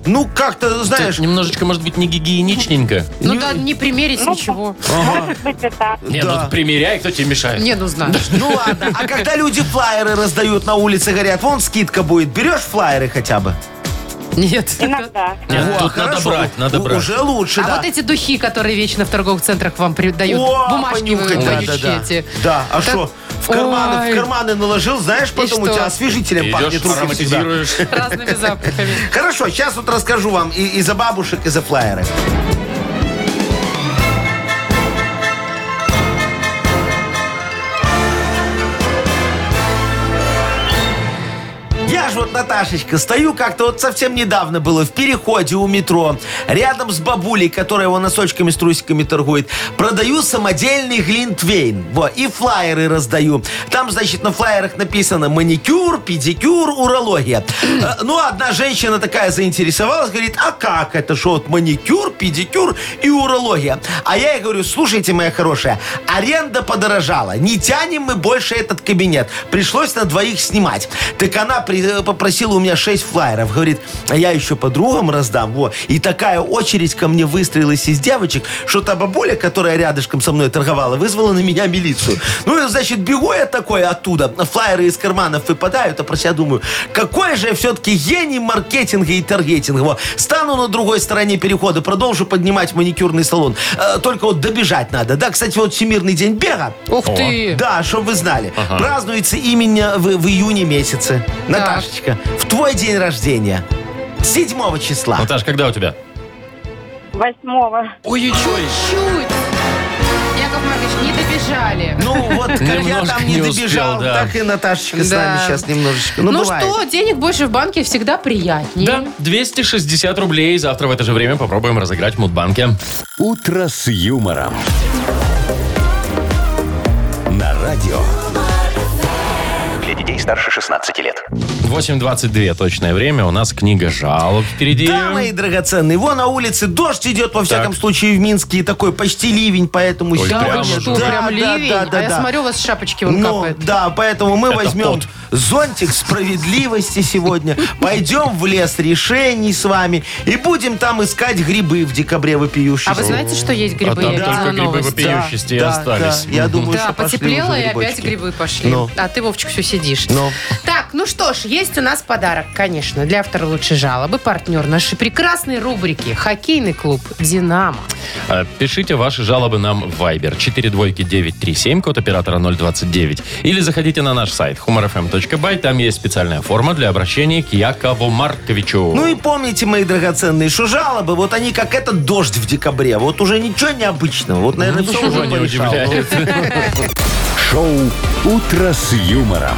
S4: Ну, как-то, знаешь,
S2: Ты немножечко, может быть, не гигиеничненько.
S3: Ну да, не примерить ничего.
S6: Может быть и так.
S2: Не,
S4: Да.
S2: ну примеряй, кто тебе мешает.
S3: Не, ну знаешь.
S4: ну ладно. А когда люди флайеры раздают на улице, говорят, вон скидка будет, берешь флайеры хотя бы?
S3: Нет.
S6: Иногда.
S2: Нет,
S4: Во,
S2: Э, тут надо
S4: ну, а хорошо.
S2: брать, надо
S4: У-
S2: брать.
S4: Уже лучше,
S3: А
S4: да.
S3: вот эти духи, которые вечно в торговых центрах вам придают,
S4: О,
S3: бумажки вы
S4: понюхать, да,
S3: вонючие
S4: да, да.
S3: эти.
S4: Да, а
S3: Так-
S4: что? В карманы,
S3: Ой.
S4: в карманы наложил, знаешь, потом у
S3: что?
S4: тебя
S2: Ты
S4: освежителем
S2: идешь,
S4: пахнет руки всегда.
S2: ароматизируешь.
S3: Разными запахами.
S4: Хорошо, сейчас вот расскажу вам и, и за бабушек, и за флайеры. Я ж знаешь, вот, Наташечка, стою как-то вот совсем недавно было в переходе у метро, рядом с бабулей, которая его носочками с трусиками торгует, продаю самодельный глинтвейн. Во, и флаеры раздаю. Там, значит, на флаерах написано маникюр, педикюр, урология. Э, Ну, одна женщина такая заинтересовалась, говорит, а как это, что вот маникюр, педикюр и урология? А я ей говорю, слушайте, моя хорошая, аренда подорожала, не тянем мы больше этот кабинет. Пришлось на двоих снимать. Так она при- э, попросила у меня 6 флайеров. Говорит, а я еще подругам раздам. Во. И такая очередь ко мне выстроилась из девочек, что та бабуля, которая рядышком со мной торговала, вызвала на меня милицию. Ну, и, значит, бегу я такой оттуда. Флайеры из карманов выпадают, а про себя думаю, какой же я все-таки гений маркетинга и таргетинга. Во. Стану на другой стороне перехода, продолжу поднимать маникюрный салон. Э, только вот добежать надо. Да, кстати, вот Всемирный день бега.
S3: Ух ты!
S4: Да, чтобы вы знали. Празднуется именно в, в июне месяце. Наташечка, в твой день рождения. 7 числа.
S2: Наташ, Ну, когда у тебя?
S6: Восьмого.
S3: Ой, чуть-чуть! Яков Маркович, не добежали.
S4: Ну вот, как я
S2: Немножко
S4: там не
S2: не успел,
S4: добежал,
S2: да.
S4: так и Наташечка с
S3: Да.
S4: нами сейчас немножечко. Ну,
S3: Ну,
S4: бывает.
S3: что, денег больше в банке всегда приятнее.
S2: Да, 260 рублей. Завтра в это же время попробуем разыграть в Мудбанке.
S1: «Утро с юмором». На радио.
S5: Для детей старше 16 лет.
S2: 8.22 точное время. У нас книга жалоб впереди.
S4: Да, мои драгоценные, вон на улице дождь идет, во всяком случае, в Минске, и такой почти ливень, поэтому
S2: Ой,
S3: Да
S4: сегодня-
S2: прямо
S3: вы что,
S4: Да,
S3: прям
S4: да,
S3: ливень?
S4: да, да,
S3: а я
S4: да.
S3: смотрю, у вас с шапочки вон
S4: Ну,
S3: капает.
S4: да, поэтому мы возьмем
S2: пот.
S4: зонтик справедливости сегодня, пойдем в лес решений с вами и будем там искать грибы в декабре вопиющие.
S3: А вы знаете, что есть
S2: А
S3: грибы?
S2: там
S3: Я
S2: только
S3: видела
S2: грибы
S3: новость.
S2: вопи- вопиющести и остались.
S4: Я думаю,
S3: Да,
S4: что пошли
S3: потеплело,
S4: уже
S3: и опять
S4: грибочки.
S3: грибы пошли.
S4: Ну.
S3: А ты, Вовчик, все сидишь.
S4: Ну.
S3: Так, ну что ж, есть у нас подарок, конечно, для автора лучшей жалобы, партнер нашей прекрасной рубрики «Хоккейный клуб «Динамо».
S2: А, Пишите ваши жалобы нам в Viber 42937, код оператора 029. Или заходите на наш сайт humorfm.by. Там есть специальная форма для обращения к Якову Марковичу.
S4: Ну и помните, мои драгоценные, что жалобы, вот они как этот дождь в декабре. Вот уже ничего необычного. Вот, наверное, все
S2: Ничего
S4: уже
S2: не
S4: порешал.
S2: удивляет.
S1: Шоу «Утро с юмором».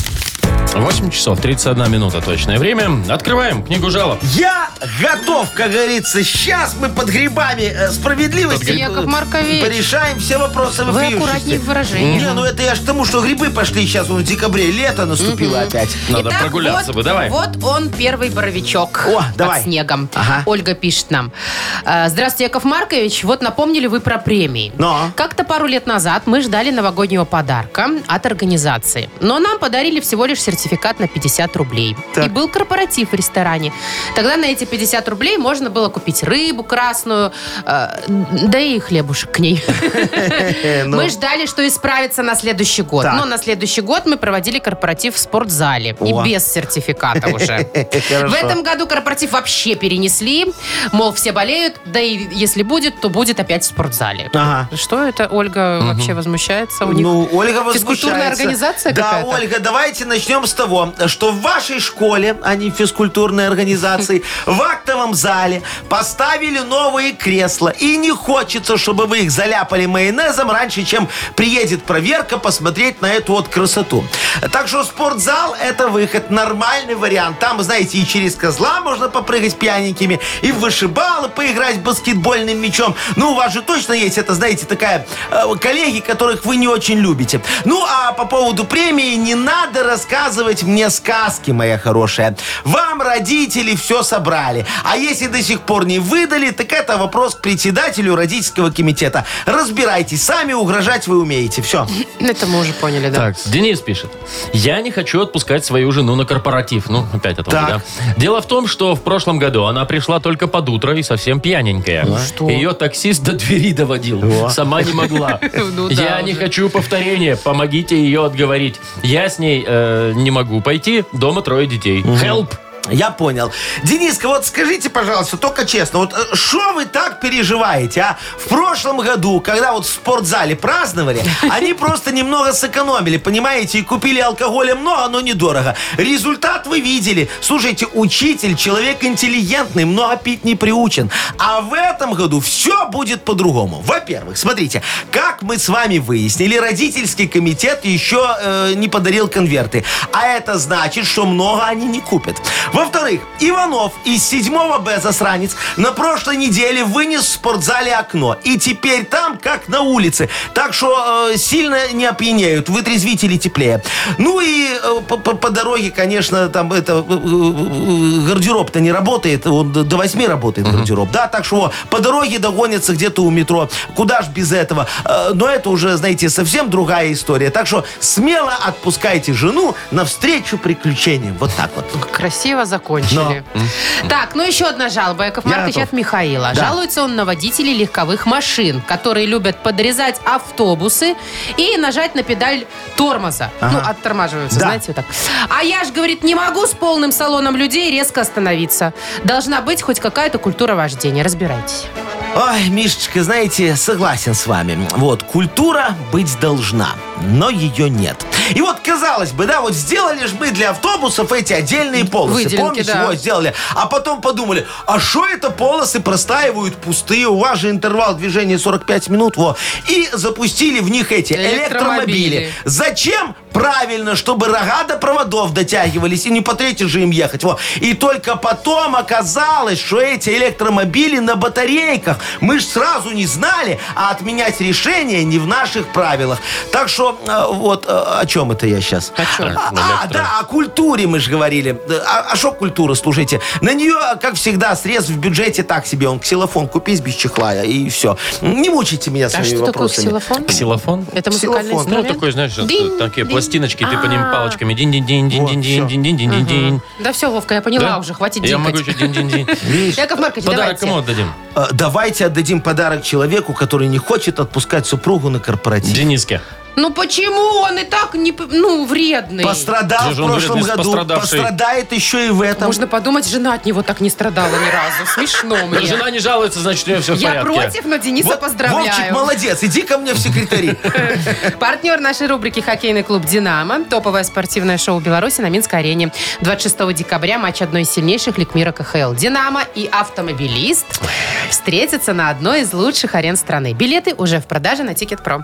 S2: 8 часов 31 минута точное время. Открываем книгу жалоб.
S4: Я готов, как говорится. Сейчас мы под грибами э, справедливости
S3: Под гриб-
S4: э,
S3: Яков Маркович.
S4: порешаем все вопросы
S3: Вы
S4: вопиющести.
S3: аккуратнее в выражениях.
S4: Не, ну это я ж к тому, что грибы пошли сейчас, он в декабре, лето наступило опять.
S2: Надо
S3: Итак,
S2: прогуляться
S3: вот,
S2: бы, давай.
S3: Вот он, первый боровичок
S4: О,
S3: под
S4: давай.
S3: снегом.
S4: Ага.
S3: Ольга пишет нам. «Э, Здравствуйте, Яков Маркович. Вот напомнили вы про премии.
S4: Но.
S3: Как-то пару лет назад мы ждали новогоднего подарка от организации. Но нам подарили всего лишь сертификат на 50 рублей.
S4: Так.
S3: И был корпоратив в ресторане. Тогда на эти 50 рублей можно было купить рыбу красную, э, да и хлебушек к ней.
S4: Э, ну,
S3: Мы ждали, что исправится на следующий год.
S4: Так.
S3: Но на следующий год мы проводили корпоратив в спортзале.
S4: О.
S3: И без сертификата уже. В
S4: хорошо.
S3: этом году корпоратив вообще перенесли. Мол, все болеют. Да и если будет, то будет опять в спортзале.
S4: Ага.
S3: Что это? Ольга вообще возмущается у них?
S4: А. Ну, Ольга
S3: Физкультурная
S4: возмущается.
S3: организация
S4: Да,
S3: какая-то?
S4: Ольга, давайте начнем с того, что в вашей школе, а не в физкультурной организации, в актовом зале поставили новые кресла. И не хочется, чтобы вы их заляпали майонезом раньше, чем приедет проверка посмотреть на эту вот красоту. Так что спортзал – это выход, нормальный вариант. Там, знаете, и через козла можно попрыгать пьяненькими, и в вышибалы поиграть баскетбольным мячом. Ну, у вас же точно есть это, знаете, такая э, коллеги, которых вы не очень любите. Ну, а по поводу премии не надо рассказывать мне сказки, моя хорошая. Вам родители все собрали. А если до сих пор не выдали, так это вопрос к председателю родительского комитета. Разбирайтесь сами, угрожать вы умеете. Все.
S3: Это мы уже поняли, да.
S2: Так, Денис пишет. Я не хочу отпускать свою жену на корпоратив. Ну, опять это он,
S4: Так.
S2: да. Дело в том, что в прошлом году она пришла только под утро и совсем пьяненькая.
S3: что?
S2: Ее таксист до двери доводил. Сама не могла.
S3: Ну да
S2: Я не
S3: уже.
S2: хочу повторения. Помогите ее отговорить. Я с ней э, не могу пойти. Дома трое детей. Help!
S4: Я понял. Дениска, вот скажите, пожалуйста, только честно, вот что вы так переживаете, а? В прошлом году, когда вот в спортзале праздновали, они просто немного сэкономили, понимаете, и купили алкоголя много, но недорого. Результат вы видели. Слушайте, учитель, человек интеллигентный, много пить не приучен. А в этом году все будет по-другому. Во-первых, смотрите, как мы с вами выяснили, родительский комитет еще э, не подарил конверты. А это значит, что много они не купят. Во-вторых, Иванов из 7 Б засранец на прошлой неделе вынес в спортзале окно. И теперь там, как на улице. Так что э, сильно не опьянеют. Вытрезвители теплее. Ну и э, по, по- по дороге, конечно, там это э, э, гардероб-то не работает. Он до 8 работает гардероб. Да, так что во, по дороге догонятся где-то у метро. Куда ж без этого? Э, Но это уже, знаете, совсем другая история. Так что смело отпускайте жену навстречу приключениям. Вот так вот.
S3: Красиво закончили. Так, ну еще одна жалоба. Яков
S4: Я
S3: Маркович
S4: готов.
S3: от Михаила.
S4: Да.
S3: Жалуется он на водителей легковых машин, которые любят подрезать автобусы и нажать на педаль тормоза. Ну, оттормаживаются,
S4: Да.
S3: знаете, вот так. А я ж, говорит, не могу с полным салоном людей резко остановиться. Должна быть хоть какая-то культура вождения. Разбирайтесь.
S4: Ой, Мишечка, знаете, согласен с вами. Вот, культура быть должна, но ее нет. И вот, казалось бы, да, вот сделали же мы для автобусов эти отдельные полосы.
S3: Выделенки,
S4: Помните,
S3: да.
S4: вот сделали. А потом подумали, а что это полосы простаивают пустые? У вас же интервал движения 45 минут, во. И запустили в них эти
S3: Электромобили.
S4: электромобили. Зачем? Правильно, чтобы рога до проводов дотягивались, и не по третьей же им ехать. Во. И только потом оказалось, что эти электромобили на батарейках. Мы ж сразу не знали, а отменять решение не в наших правилах. Так что, э, вот, э, о чем это я сейчас? А, а,
S2: электро.
S4: да, о культуре мы же говорили. А что культура, слушайте? На нее, как всегда, срез в бюджете так себе. Он ксилофон купить без чехла, и все. Не мучайте меня
S3: А
S4: своими
S3: что такое
S4: вопросами.
S3: ксилофон?
S2: Ксилофон?
S3: Это музыкальный
S4: Ксилофон.
S2: Ну,
S3: инструмент?
S2: такой, знаешь,
S3: Динь,
S2: такие
S3: динь.
S2: пластиночки, типа, ты по ним
S3: А.
S2: палочками. Динь-динь-динь-динь-динь-динь-динь-динь-динь.
S3: Да все, Вовка, я поняла уже, хватит
S2: Я могу
S3: динькать.
S2: еще динь-динь-динь.
S3: Яков Маркович,
S2: Подарок
S3: давайте.
S2: кому отдадим?
S4: Э, Давайте отдадим подарок человеку, который не хочет отпускать супругу на корпоратив.
S2: Дениске.
S3: Ну почему он и так не, п- ну, вредный?
S4: Пострадал
S2: Где
S4: в
S2: же он,
S4: прошлом
S2: вредный,
S4: году,
S2: пострадавший?
S4: пострадает еще и в этом.
S3: Можно подумать, жена от него так не страдала ни разу. Смешно
S2: Так
S3: мне.
S2: жена не жалуется, значит, у нее все в
S3: Я
S2: порядке.
S3: против, но Дениса
S4: Вот, Вовчик,
S3: поздравляю.
S4: молодец, иди ко мне в секретари.
S3: Партнер нашей рубрики «Хоккейный клуб «Динамо». Топовое спортивное шоу Беларуси на Минской арене. 26 декабря матч одной из сильнейших лиг мира КХЛ. «Динамо» и автомобилист встретятся на одной из лучших арен страны. Билеты уже в продаже на Тикет.Про.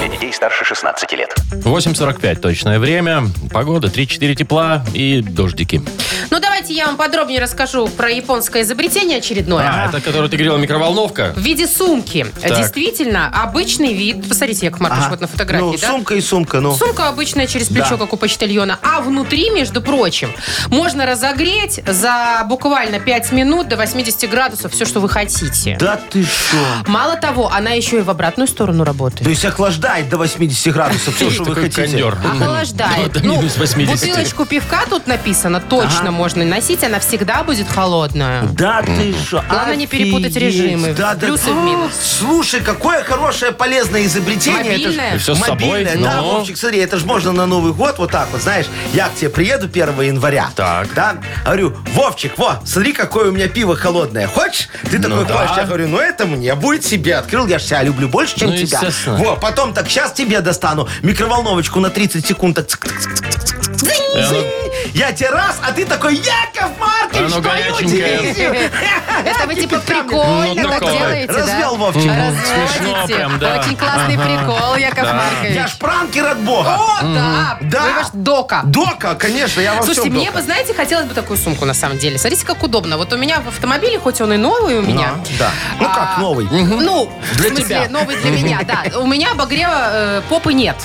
S5: Для детей старше 16 лет.
S2: 8.45 точное время. Погода 3-4 тепла и дождики.
S3: Ну, давайте я вам подробнее расскажу про японское изобретение очередное.
S2: А, это, который ты говорил, микроволновка?
S3: В виде сумки.
S2: Так.
S3: Действительно, обычный вид. Посмотрите, Яков Маркович,
S4: Ага.
S3: вот на фотографии,
S4: Ну,
S3: да?
S4: сумка и сумка, ну.
S3: Сумка обычная через плечо,
S4: Да.
S3: как у почтальона. А внутри, между прочим, можно разогреть за буквально 5 минут до 80 градусов все, что вы хотите.
S4: Да ты что?
S3: Мало того, она еще и в обратную сторону
S4: То
S3: работает.
S4: есть охлаждает до 80 градусов все, что вы
S2: Такой
S4: хотите.
S2: кондер.
S3: Охлаждает.
S2: До
S3: Ну,
S2: минус 80.
S3: бутылочку пивка тут написано, точно можно носить, она всегда будет холодная.
S4: Да ты что?
S3: Главное не перепутать
S4: Офигеть.
S3: режимы.
S4: Да, да.
S3: Плюсы в минус.
S4: Слушай, какое хорошее полезное изобретение. Это ж-
S3: Мобильное. И
S2: всё с
S4: Мобильное.
S2: собой, Ну,
S4: Да,
S2: но-
S4: Вовчик, смотри, это же можно на Новый год вот так вот, знаешь. Я к тебе приеду 1 января.
S2: Так.
S4: Да? Говорю, Вовчик, во, смотри, какое у меня пиво холодное. Хочешь? Ты такой
S2: да.
S4: хочешь. Я говорю, ну это мне будет тебе. Открыл, я же тебя люблю больше, чем
S2: Ну,
S4: тебя.
S2: естественно.
S4: Во, потом так, сейчас тебе достану микроволновочку на 30 секунд. Так, цк, цк, цк, цк, цк, цк, цк, цк. Я тебе раз, а ты такой, Яков Маркович,
S2: Оно
S4: твою
S2: горяченькое.
S4: дивизию.
S3: Это вы типа
S2: Ну,
S3: прикольно так
S2: такое.
S3: делаете, да?
S4: Развел, Вовчик.
S2: Смешно
S3: Разводите.
S2: прям, да.
S3: Очень классный прикол, Яков Маркович.
S4: Я ж пранкер от бога.
S3: О, да!
S4: Да.
S3: Вы ваш дока.
S4: Дока, конечно, я во
S3: Слушайте,
S4: всем
S3: мне
S4: дока.
S3: бы, знаете, хотелось бы такую сумку на самом деле. Смотрите, как удобно. Вот у меня в автомобиле, хоть он и новый у меня.
S4: Да. Ну как
S3: А,
S4: новый?
S3: Ну,
S2: Для
S3: в смысле,
S2: тебя.
S3: новый для меня, да. У меня обогрева э, попы нет.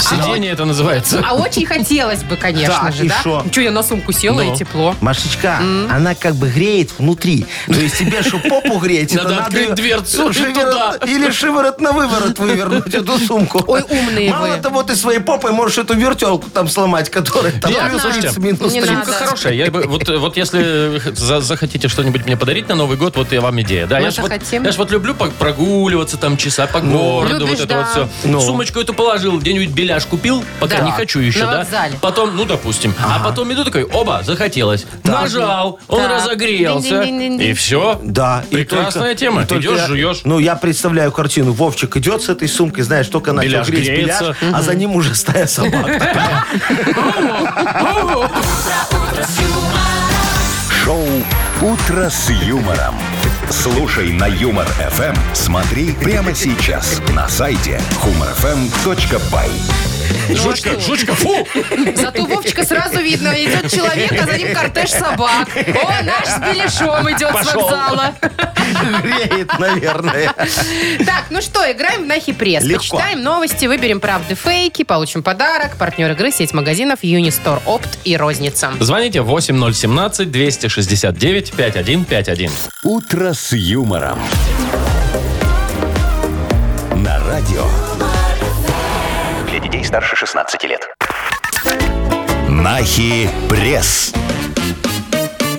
S2: Сиденье это называется.
S3: А очень хотелось бы, конечно
S4: Да,
S3: же,
S4: и
S3: да?
S4: шо?
S3: Че, я на сумку села,
S2: Ну.
S3: и тепло.
S4: Машечка, она как бы греет внутри. То есть тебе, чтобы попу греть, это
S2: Надо открыть
S4: её
S2: дверцу и туда.
S4: Или шиворот на выворот вывернуть эту сумку.
S3: Ой, умные
S4: Мало
S3: вы.
S4: того, ты своей попой можешь эту вертелку там сломать, которая там
S2: Ладно.
S4: плюс
S2: Слушайте,
S4: 30, минус
S3: не
S4: 30.
S3: надо.
S2: Сумка хорошая. Я бы- вот, э, вот если х- за- захотите что-нибудь мне подарить на Новый год, вот и вам идея. Да,
S3: Мы
S2: я ж вот,
S3: захотим.
S2: я ж вот люблю по- прогуливаться, там часа по городу,
S3: Любишь,
S2: вот это
S3: да.
S2: вот все.
S4: Ну.
S2: Сумочку эту положил, где-нибудь беляш купил, пока
S3: Да.
S2: не хочу еще,
S3: На
S2: да?
S3: вокзале.
S2: Потом, ну, допустим. А потом иду такой, оба, захотелось. Нажал, он
S3: Так.
S2: разогрелся.
S3: Динь-динь-динь-динь.
S2: И все.
S4: Да. и
S2: Прекрасная
S4: только-
S2: тема.
S4: и только
S2: Идешь,
S4: я-
S2: жуешь.
S4: Ну, я представляю картину. Вовчик идет с этой сумкой, знаешь, только начал
S2: Беляш
S4: греть беляш,
S2: греется.
S4: а за ним уже стая собак.
S1: Шоу «Утро с юмором». Слушай на Юмор ФМ. Смотри прямо сейчас на сайте humorfm.by.
S2: Жучка, жучка, фу!
S3: Зато Вовчика сразу видно. Идет человек, а за ним кортеж собак. О, наш с беляшом идет с
S2: Пошел.
S3: вокзала.
S4: Греет, наверное.
S3: Так, ну что, играем в Нахи Пресс.
S4: Легко.
S3: Почитаем новости, выберем правды фейки, получим подарок. Партнер игры сеть магазинов Юнистор, Опт и Розница.
S2: Звоните 8017-269-5151.
S1: «Утро с юмором». На радио.
S5: Для детей старше 16 лет.
S1: Нахи пресс.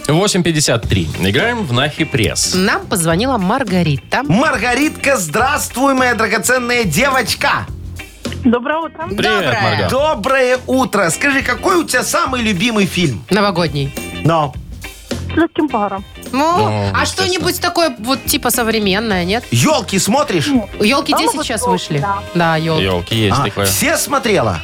S2: 8.53. Играем в Нахи Пресс.
S3: Нам позвонила Маргарита.
S4: Маргаритка, здравствуй, моя драгоценная девочка.
S6: Доброе утро.
S2: Привет,
S3: Доброе.
S2: Марга.
S4: Доброе утро. Скажи, какой у тебя самый любимый фильм?
S3: Новогодний.
S4: Но.
S6: С легким паром.
S3: Ну,
S2: Ну,
S3: а
S2: естественно.
S3: что-нибудь такое вот типа современное, нет?
S4: Елки смотришь?
S3: Елки
S6: Ну,
S3: 10
S6: вот
S3: сейчас
S6: елки,
S3: вышли. Да,
S6: да.
S3: елки.
S2: Елки есть
S4: А,
S2: такое.
S4: все смотрела?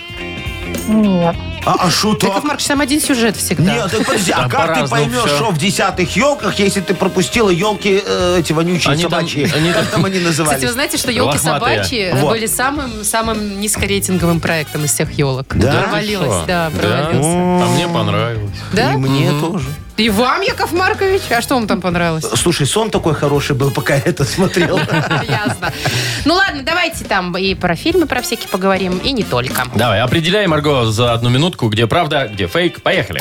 S6: Нет.
S4: А что
S3: Яков Маркович, там один сюжет всегда.
S4: Нет, так подожди,
S2: Да,
S4: а как ты
S2: по-разному
S4: поймешь,
S2: всё.
S4: что в десятых елках, если ты пропустила елки эти вонючие
S2: Они там-
S4: собачьи?
S2: они там-
S4: как там
S3: Кстати,
S4: они
S3: вы
S4: назывались?
S3: знаете, что елки
S2: Лохматые.
S3: собачьи
S4: Вот.
S3: были самым самым низкорейтинговым проектом из всех елок.
S4: Да? Ну,
S3: Провалилось,
S2: Да?
S3: да, провалился.
S2: А мне понравилось.
S3: Да?
S4: И мне тоже.
S3: И вам, Яков Маркович? А что вам там понравилось?
S4: Слушай, сон такой хороший был, пока я это смотрел.
S3: Ясно. Ну ладно, давайте там и про фильмы про всякие поговорим, и не только.
S2: Давай, определяй, Марго, за одну минутку, где правда, где фейк. Поехали.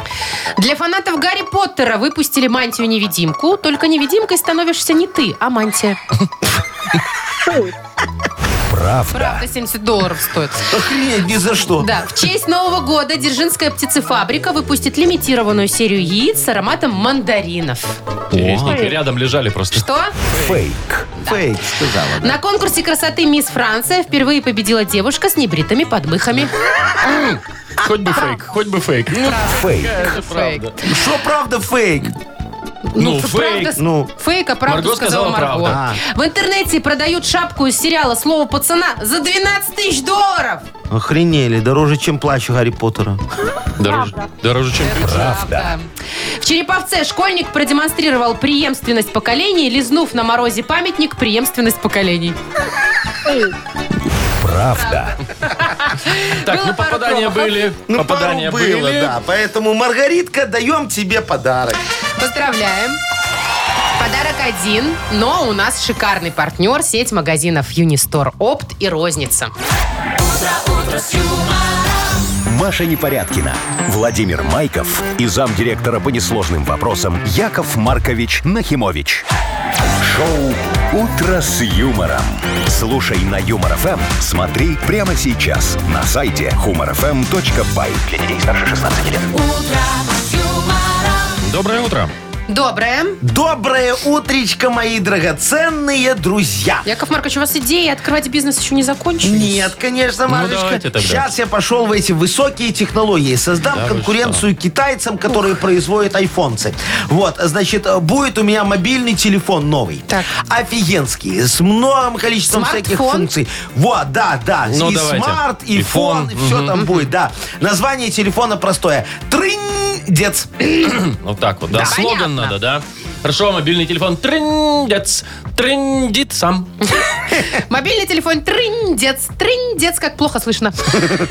S3: Для фанатов Гарри Поттера выпустили мантию-невидимку. Только невидимкой становишься не ты, а мантия. Правда, 70 долларов стоит.
S4: Охренеть, ни за что.
S3: Да, в честь Нового года Дзержинская птицефабрика выпустит лимитированную серию яиц с ароматом мандаринов.
S2: Яичники рядом лежали просто.
S3: Что?
S4: Фейк. Фейк, сказала.
S3: На конкурсе красоты «Мисс Франция» впервые победила девушка с небритыми подмыхами.
S2: Хоть бы фейк, хоть бы фейк. Ну,
S4: Фейк.
S2: это правда.
S4: Что правда фейк?
S2: Ну,
S3: ф-
S2: фейк.
S3: правда,
S4: ну.
S3: Фейк, а правду
S2: Марго
S3: сказала
S2: сказала
S3: Марго.
S2: правду.
S3: В интернете продают шапку из сериала «Слово пацана» за 12 тысяч долларов.
S4: Охренели, дороже, чем плащ Гарри Поттера.
S2: Дороже, дороже, чем пицца.
S3: Правда. В Череповце школьник продемонстрировал преемственность поколений, лизнув на морозе памятник преемственность поколений.
S2: Так,
S3: Было
S2: ну
S3: пару
S2: попадания
S3: промахов.
S2: были.
S4: Ну,
S2: попадания
S4: пару было,
S2: были.
S4: да. Поэтому, Маргаритка, даем тебе подарок.
S3: Поздравляем. Подарок один, но у нас шикарный партнер – сеть магазинов Юнистор, Опт и Розница.
S1: Маша Непорядкина, Владимир Майков и замдиректора по несложным вопросам Яков Маркович Нахимович. Шоу «Утро с юмором». Слушай на Юмор ФМ, смотри прямо сейчас на сайте humorfm.by.
S5: Для детей старше 16 лет.
S2: Доброе утро.
S3: Доброе.
S4: Доброе утречко, мои драгоценные друзья.
S3: Яков Маркович, у вас идеи открывать бизнес еще не закончились?
S4: Нет, конечно, Машечка.
S2: Ну, давайте тогда.
S4: Сейчас я пошел в эти высокие технологии. Создам
S2: Да вы
S4: конкуренцию китайцам, которые производят айфонцы. Вот, значит, будет у меня мобильный телефон новый.
S3: Так.
S4: Офигенский. С многим количеством всяких
S3: Смартфон?
S4: функций. Вот, да, да.
S2: Ну,
S4: и
S2: давайте.
S4: смарт, и,
S2: И
S4: фон,
S2: фон.
S4: и все там будет, да. Название телефона простое. Трындец.
S2: Хм, Вот так вот, да.
S3: Да.
S2: Слоган
S3: Понятно.
S2: надо, да. Хорошо, мобильный телефон трындец, трындит сам.
S3: Мобильный телефон трындец, трындец, как плохо слышно.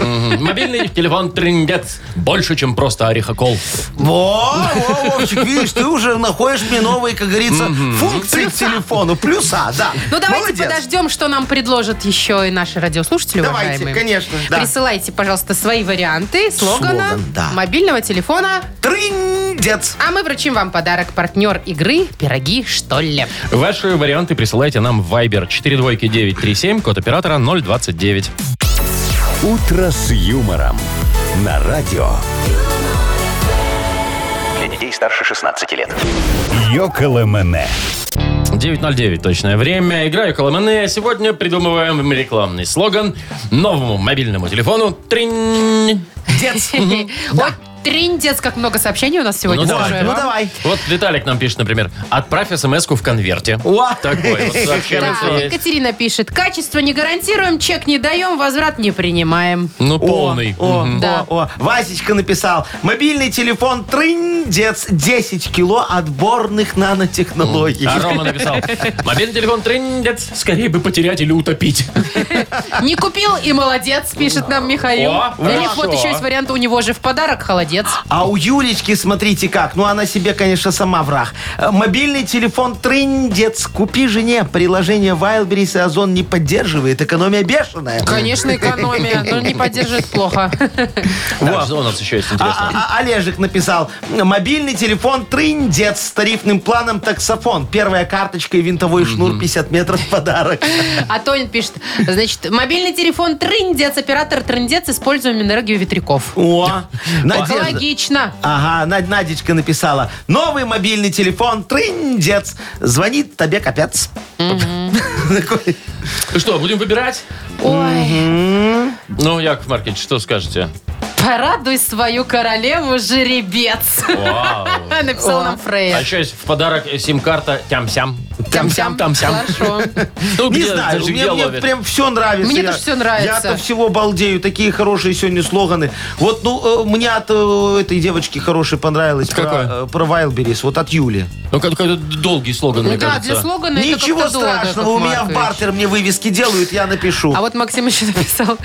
S2: Мгм. Мобильный телефон трындец. Больше, чем просто орехокол.
S4: Во, во, Вовчик, видишь, ты уже находишь мне новые, как говорится, функции к телефону. Плюса, да.
S3: Ну, давайте
S4: Молодец.
S3: подождем, что нам предложат еще и наши радиослушатели,
S4: Давайте,
S3: уважаемые.
S4: конечно, да.
S3: Присылайте, пожалуйста, свои варианты слогана
S4: Слоган, да.
S3: мобильного телефона.
S4: Трындец.
S3: А мы вручим вам подарок. Партнер игры игры «Пироги, что ли?».
S2: Ваши варианты присылайте нам в Viber 42937, код оператора 029.
S1: «Утро с юмором» на радио.
S5: Для детей старше 16 лет.
S1: Йоколэмэне.
S2: 9.09 точное время. Играю Коломане. Э. Сегодня придумываем рекламный слоган новому мобильному телефону. Тринь.
S3: Дец. Вот триндец, как много сообщений у нас сегодня. а?
S2: Ну,
S3: тоже.
S2: давай,
S4: Ну давай.
S2: Вот Виталик нам пишет, например, отправь смс в конверте.
S4: О!
S2: Такой вот сообщение
S3: Так, вот
S2: есть.
S3: Екатерина пишет. Качество не гарантируем, чек не даем, возврат не принимаем.
S2: Ну,
S4: О,
S2: полный.
S4: О,
S2: Мгм.
S4: о,
S3: Да.
S4: о. Васечка написал. Мобильный телефон трындец 10 кило отборных нанотехнологий.
S2: А Рома написал, мобильный телефон трындец, скорее бы потерять или утопить.
S3: Не купил и молодец, пишет нам Михаил.
S2: О,
S3: Или
S2: хорошо.
S3: вот еще есть вариант, у него же в подарок холодец.
S4: А у Юлечки, смотрите как, ну она себе, конечно, сама враг. Э, Мобильный телефон трындец, купи жене. Приложение Wildberries и Озон не поддерживает, экономия бешеная.
S3: Конечно, экономия, но не поддерживает плохо.
S2: Так, что у нас еще есть интересно?
S4: А- а- Олежек написал. Мобильный телефон трындец с тарифным планом таксофон. Первая карточка и винтовой шнур 50 метров в подарок.
S3: А Тонин пишет, значит, мобильный телефон трындец, оператор трындец, используем энергию ветряков.
S4: О, Надежда.
S3: Логично.
S4: Ага, Над- Надечка написала. Новый мобильный телефон трындец. Звонит тебе капец. Такой,
S2: Что, будем выбирать?
S3: Ой,
S2: Ну, Яков Маркович, что скажете?
S3: порадуй свою королеву, жеребец.
S2: Вау.
S3: Написал нам
S2: А
S3: Фрейд.
S2: еще есть в подарок сим-карта тям-сям.
S3: Хорошо.
S2: Ну,
S4: Не
S2: где,
S4: знаю,
S2: даже
S4: мне,
S2: где
S4: мне
S2: ловят?
S4: прям все нравится.
S3: Мне
S4: Я-
S3: тоже всё нравится.
S4: Я-то всего балдею. Такие хорошие сегодня слоганы. Вот, ну, э, мне от э, этой девочки хорошей понравилось про,
S2: Какой?
S4: э, про Wildberries, вот от Юли.
S2: Ну, как- какой-то долгий слоган,
S3: Ну
S2: мне
S3: да,
S2: кажется.
S3: для слогана это
S4: Ничего
S3: как-то долго, Яков
S4: страшного, у меня в
S3: Маркович.
S4: бартер мне вывески делают, я напишу.
S3: А вот Максим еще написал,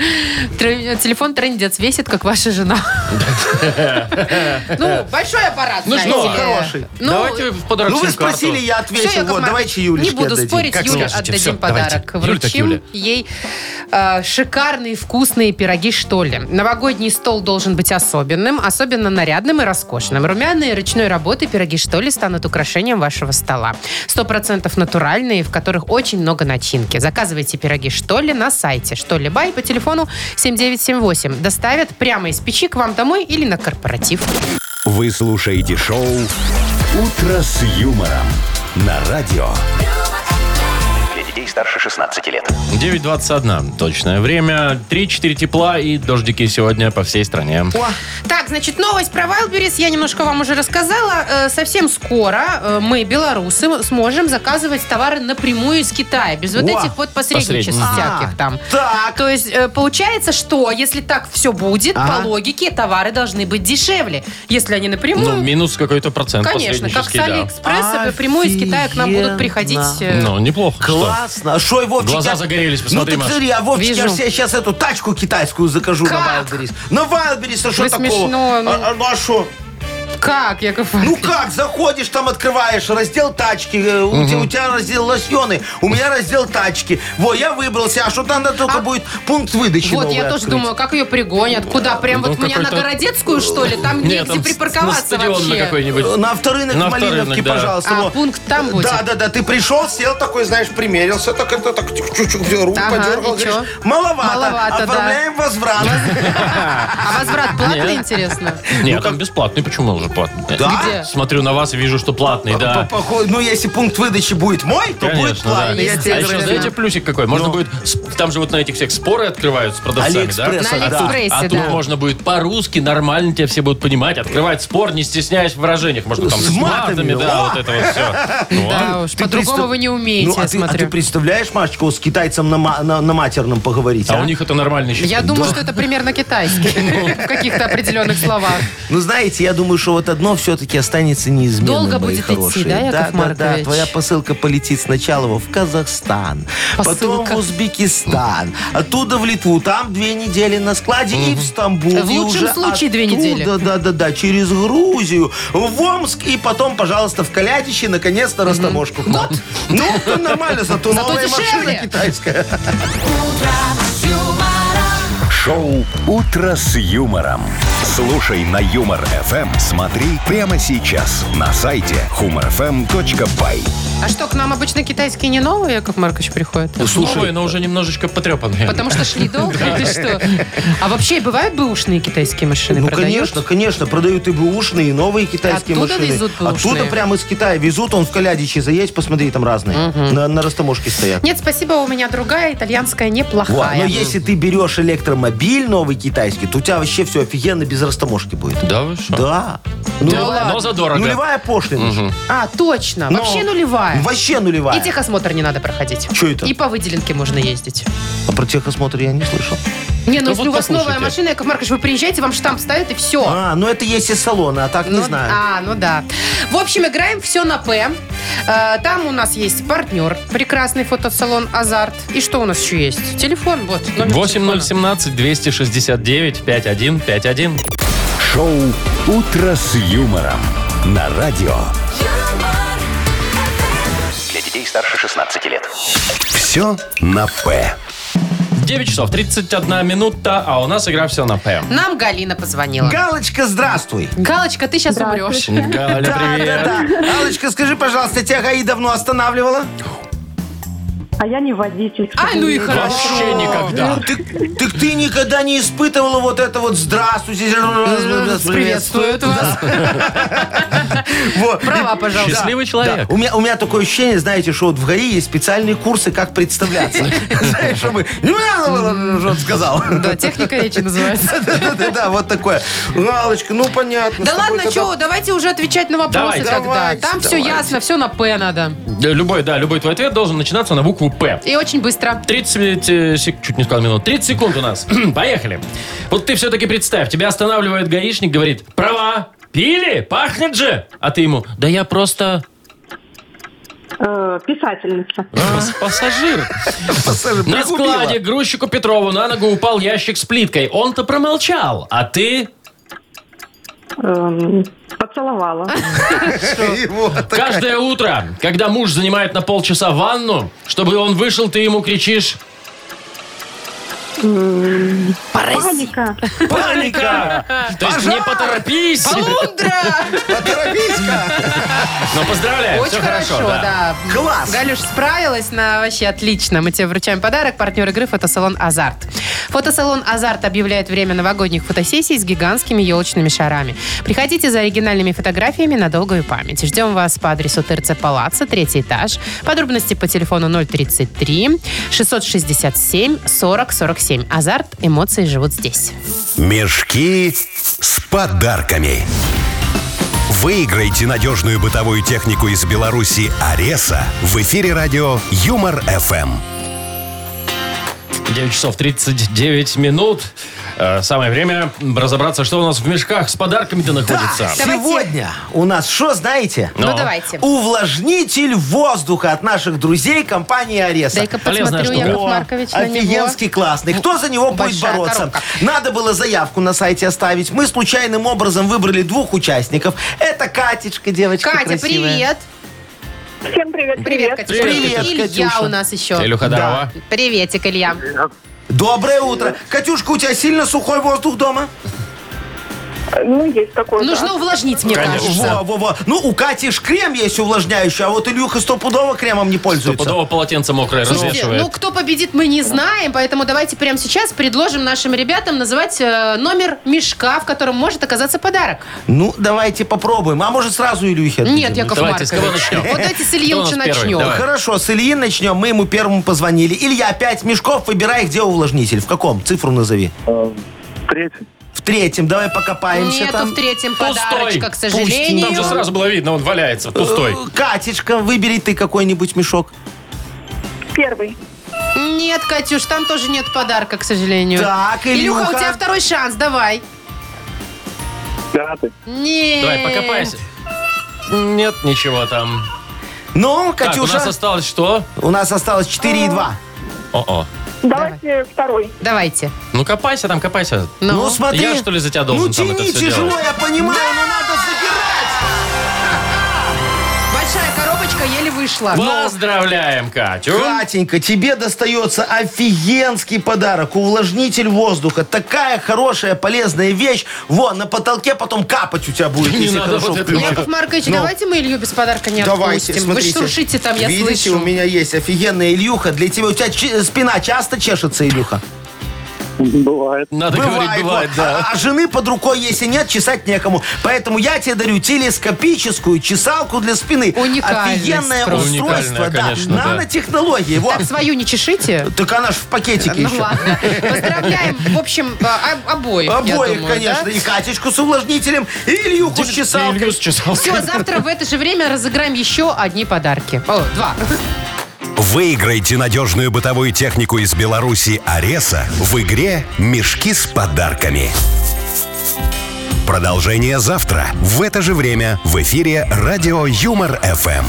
S3: «Тр- телефон трендец весит, как ваша жена. Ну, большой аппарат,
S2: Ну
S3: знаете
S2: что,
S3: ли.
S4: хороший.
S3: Ну,
S2: Давайте в подарок
S4: ну вы
S2: сим-карту.
S4: спросили, я
S3: всё,
S4: ответил.
S3: Яков
S4: вот,
S3: Маркович,
S4: давайте Юлечке
S3: Не буду
S4: отдадим.
S3: спорить,
S4: Как
S3: Юле
S4: скажете.
S2: скажете,
S3: отдадим
S2: всё,
S3: подарок.
S2: давайте. Юля так
S3: Вручим
S2: Юля.
S3: ей э, шикарные вкусные пироги, что ли. Новогодний стол должен быть особенным, особенно нарядным и роскошным. Румяные ручной работы пироги, что ли, станут украшением вашего стола. 100% натуральные, в которых очень много начинки. Заказывайте пироги, что ли, на сайте что ли бай по телефону 7978. Доставят прямо из печи к вам домой или на корпоратив.
S1: Вы слушаете шоу «Утро с юмором» на радио.
S5: Для детей старше 16 лет.
S2: 9.21 точное время. 3-4 тепла и дождики сегодня по всей стране. Ну,
S3: Так, значит, новость про Wildberries я немножко вам уже рассказала. Э, Совсем скоро э, мы, белорусы, сможем заказывать товары напрямую из Китая, без вот
S4: О,
S3: этих вот посредничеств
S2: посредничеств.
S3: всяких
S4: А,
S3: там.
S4: так.
S3: То есть э, получается, что если так все будет,
S4: Ага.
S3: по логике товары должны быть дешевле, если они напрямую.
S2: Ну, минус какой-то процент
S3: Конечно, как с
S2: посреднический, да.
S3: Алиэкспресса напрямую из Китая к нам будут
S4: Офигенно.
S3: приходить. э,
S2: Ну, неплохо. что.
S4: Классно. А Шо, и Вовчик,
S2: Глаза
S4: я-
S2: загорелись, посмотри,
S4: Ну
S2: Маш.
S4: так смотри, а Вовчик, я
S3: Вижу.
S4: себе сейчас эту тачку китайскую закажу на
S3: Как?
S4: Wildberries. На Wildberries, а что
S3: Вы
S4: такого?
S3: смешно, ну.
S4: А, а, ну а что?
S3: Как, Яков Маркович?
S4: Ну как, заходишь, там открываешь раздел тачки, э, у, те- у тебя раздел лосьоны, у меня раздел тачки. Во, я выбрался, а что там надо только
S3: А-
S4: будет пункт выдачи
S3: Вот,
S4: новый
S3: я тоже
S4: открыть.
S3: думаю, как ее пригонят? Куда? Прям
S2: Ну,
S3: вот меня на
S2: какой-то-
S3: Городецкую, что ли? Там негде
S2: там на
S3: припарковаться
S2: стадион на
S3: вообще.
S2: какой-нибудь.
S4: Э, На второй
S2: На
S4: на Малиновке,
S2: вторынок, да.
S4: пожалуйста.
S3: А,
S4: во.
S3: пункт там будет?
S4: Да, да, да. Ты пришел, сел такой, знаешь, примерился, так это так чуть-чуть руку
S3: Ага,
S4: подергал.
S3: и
S4: говоришь,
S3: чё?
S4: Маловато.
S3: Маловато, да.
S4: Оформляем возврат.
S3: А возврат платный,
S2: Нет.
S3: интересно?
S2: Нет, там бесплатный. Почему он же платный?
S4: Да?
S3: Где?
S2: Смотрю на вас и вижу, что платный, да.
S4: По- поход- Ну, если пункт выдачи будет мой, то будет
S2: Конечно, да.
S4: платный.
S2: А
S4: я тебе
S3: Естественно.
S2: еще,
S4: говорю.
S2: знаете, плюсик какой? Можно
S4: Ну.
S2: будет... с- Там же вот на этих всех споры открывают с продавцами,
S4: Алиэкспресс,
S2: да?
S3: На
S4: да.
S3: Алиэкспрессе,
S2: А тут
S3: да.
S2: можно будет по-русски, нормально тебя все будут понимать, открывать спор, не стесняясь в выражениях. Можно там
S4: С
S2: с матами,
S4: матами,
S2: да,
S4: о!
S2: вот это вот все. Ну, а?
S3: Да уж,
S4: Ты
S3: по-другому
S4: представ-
S3: вы не умеете,
S4: Ну,
S3: я
S4: а ты, а ты
S3: смотрю.
S4: представляешь, Машечка, вот с китайцем на, ма- на- на матерном поговорить,
S2: А
S4: а?
S2: у них это нормально
S3: Я
S2: считается.
S3: думаю, что это примерно китайский. В каких-то определенных словах.
S4: Ну, знаете, я думаю, что вот одно все-таки останется неизменным,
S3: Долго
S4: мои
S3: будет идти,
S4: хорошие.
S3: да, Яков
S4: да, да, да.
S3: Маркович?
S4: Твоя посылка полетит сначала во- в Казахстан, потом
S3: Посылка.
S4: в Узбекистан, оттуда в Литву, там две недели на складе и в Стамбул.
S3: В
S4: и
S3: лучшем
S4: уже
S3: случае две
S4: оттуда,
S3: недели.
S4: Да-да-да, через Грузию, в Омск и потом, пожалуйста, в Калядище, наконец на растаможку. Вот. Ну, это нормально, зато
S3: Зато
S4: новая машина
S3: дешевле.
S4: китайская.
S1: Шоу «Утро с юмором». Слушай на Юмор ФМ. Смотри прямо сейчас на сайте humorfm.by.
S3: А что, к нам обычно китайские не новые, Яков Маркович, приходят?
S2: Ну, Новые, но уже немножечко потрепанные.
S3: Потому что шли долго или что? А вообще бывают бэушные китайские машины?
S4: Ну,
S3: продают?
S4: конечно, конечно, продают и бэушные, и новые китайские
S3: Оттуда
S4: машины.
S3: везут бэушные?
S4: Оттуда прямо из Китая везут, он в Калядиче заедь, посмотри, там разные. На, на растаможке стоят.
S3: Нет, спасибо, у меня другая итальянская
S4: Вот,
S3: неплохая.
S4: но ну, если ты берешь электромобиль новый китайский, то у тебя вообще все офигенно без растаможки будет.
S2: Да вы что?
S4: Да. Ну,
S2: Да ладно. Но задорого.
S4: Нулевая пошлина. же.
S3: А, точно,
S4: Но-
S3: вообще нулевая.
S4: Вообще Ну, нулевая.
S3: И техосмотр не надо проходить.
S4: Чё это?
S3: И по выделенке можно ездить.
S4: А про техосмотр я не слышал.
S3: Не, ну
S2: Да
S3: если
S2: вот
S3: у вас
S2: послушайте.
S3: новая машина, Яков Маркович, вы приезжаете, вам штамп ставят и все.
S4: А, ну это есть из салона, а так не
S3: Ну,
S4: знаю.
S3: А, ну да. В общем, играем все на П. Э, Там у нас есть партнер, прекрасный фотосалон «Азарт». И что у нас еще есть? Телефон, вот. номер телефона.
S2: 8017-269-5151.
S1: Шоу «Утро с юмором» на радио.
S8: юмор,
S5: Для детей старше 16 лет.
S1: Все на «П».
S2: 9 часов 31 минута, а у нас игра все на П.
S3: Нам Галина позвонила.
S4: Галочка, здравствуй.
S3: Галочка, ты сейчас умрешь.
S2: Галя,
S4: да,
S2: привет.
S4: да, да. Галочка, скажи, пожалуйста, тебя ГАИ давно останавливала?
S6: А я не водитель. к
S3: А, ну и
S6: сожалению.
S3: хорошо.
S2: Вообще никогда.
S4: Так, так ты никогда не испытывала вот это вот «здравствуйте».
S3: Э, Приветствуют вас.
S4: Вот.
S3: Права, пожалуйста.
S2: Счастливый человек.
S4: У меня, у меня такое ощущение, знаете, что вот в ГАИ есть специальные курсы, как представляться. Знаешь, чтобы... Что он сказал?
S3: Да, техника речи называется.
S4: Да-да-да, вот такое. Галочка, ну понятно.
S3: Да
S4: с тобой
S3: ладно,
S4: тогда
S3: что, давайте уже отвечать на вопросы
S2: Давайте.
S3: тогда.
S4: Давайте,
S3: Там все
S4: давайте.
S3: ясно, все на П надо.
S2: Да, Любой, да, любой твой ответ должен начинаться на букву П.
S3: И очень быстро.
S2: 30 э, сек- чуть не сказал минут. 30 секунд у нас. Поехали. Вот ты все-таки представь, тебя останавливает гаишник, говорит, права, пили, пахнет же. А ты ему, да я просто
S6: Э, Писательница.
S3: А?
S2: пас- пассажир.
S4: пассажир
S2: На
S4: пригубила.
S2: складе грузчику Петрову на ногу упал ящик с плиткой. Он-то промолчал, а ты...
S6: Эм, Поцеловала.
S4: И вот такая.
S2: Каждое утро, когда муж занимает на полчаса ванну, чтобы он вышел, ты ему кричишь
S6: Паника.
S2: «Паника!» То есть не поторопись!
S3: Полундра!
S4: Поторопись-ка.
S2: Но поздравляю, все
S3: Очень
S2: хорошо.
S3: хорошо, да.
S4: Класс.
S3: Галюш справилась, на вообще отлично. Мы тебе вручаем подарок. Партнер игры фотосалон «Азарт». Фотосалон «Азарт» объявляет время новогодних фотосессий с гигантскими елочными шарами. Приходите за оригинальными фотографиями на долгую память. Ждем вас по адресу ТРЦ Палаца, третий этаж. Подробности по телефону 033 667 40 47. «Азарт» эмоции живут здесь.
S1: Мешки с подарками. Выиграйте надежную бытовую технику из Беларуси «Ареса» в эфире радио Эм». «Юмор-ФМ».
S2: 9 часов 39 минут. Э, Самое время разобраться, что у нас в мешках с подарками-то находится.
S4: Так, Сегодня у нас что, знаете?
S3: Ну, давайте.
S4: Увлажнитель воздуха от наших друзей компании Ареса.
S3: Дай-ка
S2: полезная
S3: посмотрю,
S2: штука.
S3: Яков
S4: О,
S3: Маркович, на него.
S4: Офигенский классный. Кто за него будет
S3: большая
S4: бороться?
S3: коробка.
S4: Надо было заявку на сайте оставить. Мы случайным образом выбрали двух участников. Это Катечка, девочка
S3: Катя,
S4: красивая.
S3: привет.
S6: Всем
S3: Привет,
S6: привет, привет.
S3: Катюша.
S4: Привет,
S3: Илья
S4: Катюша.
S3: у нас еще.
S2: Илюха, здорово.
S3: Приветик, Илья.
S4: Доброе утро. Катюшка, у тебя сильно сухой воздух дома?
S6: Ну, есть такое. да.
S3: Нужно увлажнить, мне
S2: Конечно.
S3: кажется.
S4: Во, во, во. Ну, у Кати ж крем есть увлажняющий, а вот Ильюха стопудово кремом не пользуется.
S2: Стопудово полотенце мокрое
S3: Слушайте,
S2: развешивает.
S3: ну кто победит, мы не знаем, поэтому давайте прямо сейчас предложим нашим ребятам называть э, номер мешка, в котором может оказаться подарок.
S4: Ну, давайте попробуем. А может, сразу Илюхе отдадим?
S3: Нет, Яков
S2: Давайте, с кого
S3: Маркович.
S2: начнем?
S3: Вот давайте с
S2: Кто
S3: Ильи
S2: у нас
S3: лучше
S2: первый?
S3: начнем.
S2: Давай.
S4: Хорошо, с Ильи начнем. Мы ему первому позвонили. Илья, пять мешков, выбирай, где увлажнитель. В каком? Цифру назови.
S7: Третий.
S4: Э, В третьем. Давай покопаемся
S3: Нету
S4: там.
S3: в третьем
S2: Пустой.
S3: подарочка, к
S2: Пусти.
S3: сожалению.
S2: Там же сразу было видно, он валяется, пустой.
S4: Э, Катечка, выбери ты какой-нибудь мешок.
S6: Первый.
S3: Нет, Катюш, там тоже нет подарка, к сожалению.
S4: Так,
S3: Илюха, у
S4: Илюха.
S3: тебя второй шанс, давай.
S7: Пятый.
S3: Нет.
S2: Давай, покопайся. Нет ничего там.
S4: Ну,
S2: Так, у
S4: Катюша,
S2: нас осталось что?
S4: у нас осталось 4,2.
S2: О-о.
S6: Давайте второй.
S3: Давайте.
S2: Ну копайся там, копайся.
S3: Ну.
S4: Ну, смотри.
S2: Я, что ли, за тебя должен
S4: Ну,
S2: там это
S4: тяни
S2: всё
S4: тяжело,
S2: делать?
S4: я понимаю, но надо забирать.
S3: Большая коробочка Катенька еле вышла.
S2: Поздравляем, Катю.
S4: Катенька, тебе достается офигенский подарок. Увлажнитель воздуха. Такая хорошая, полезная вещь. Вон, на потолке потом капать у тебя будет,
S2: Не
S4: если
S2: надо
S4: хорошо
S2: вот этого.
S4: включишь.
S3: Яков Маркович, давайте мы Илью без подарка не
S4: Давайте,
S3: отпустим.
S4: смотрите.
S3: Вы шуршите там, я
S4: Видите,
S3: слышу.
S4: у меня есть офигенная Ильюха. Для тебя у тебя чи- спина часто чешется, Илюха?
S7: Бывает.
S2: Надо говорить, бывает,
S4: вот.
S2: да.
S4: А, а жены под рукой, если нет, чесать некому. Поэтому я тебе дарю телескопическую чесалку для спины.
S3: Уникальность
S4: Офигенное
S3: просто.
S4: устройство,
S2: Уникальная,
S4: да.
S2: конечно, да.
S4: Нанотехнологии. Вот.
S3: Так свою не чешите.
S4: Так она ж в пакетике
S3: Ну
S4: еще.
S3: ладно. Поздравляем, в общем, а, а- обоих. я
S4: Обоих,
S3: думаю,
S4: конечно. И Катечку с увлажнителем, и Ильюху с чесалкой.
S2: Илью с чесалкой.
S3: Все, завтра в это же время разыграем еще одни подарки. О, два.
S1: Выиграйте надежную бытовую технику из Беларуси «Ареса» в игре «Мешки с подарками». Продолжение завтра в это же время в эфире «Радио Юмор-ФМ».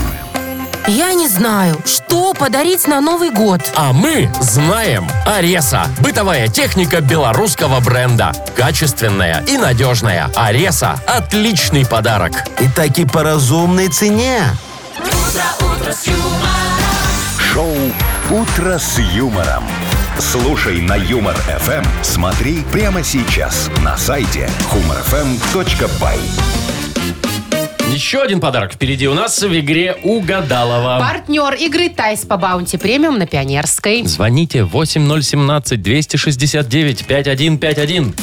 S8: Я не знаю, что подарить на Новый год.
S9: А мы знаем Ареса. Бытовая техника белорусского бренда. Качественная и надежная. Ареса – отличный подарок.
S4: И таки по разумной цене.
S1: Шоу «Утро с юмором». Слушай на Юмор ФМ, смотри прямо сейчас на сайте humorfm.by.
S2: Еще один подарок впереди у нас в игре «Угадалова».
S3: Партнер игры Тайс по Баунти Премиум на Пионерской.
S2: Звоните 8017-269-5151.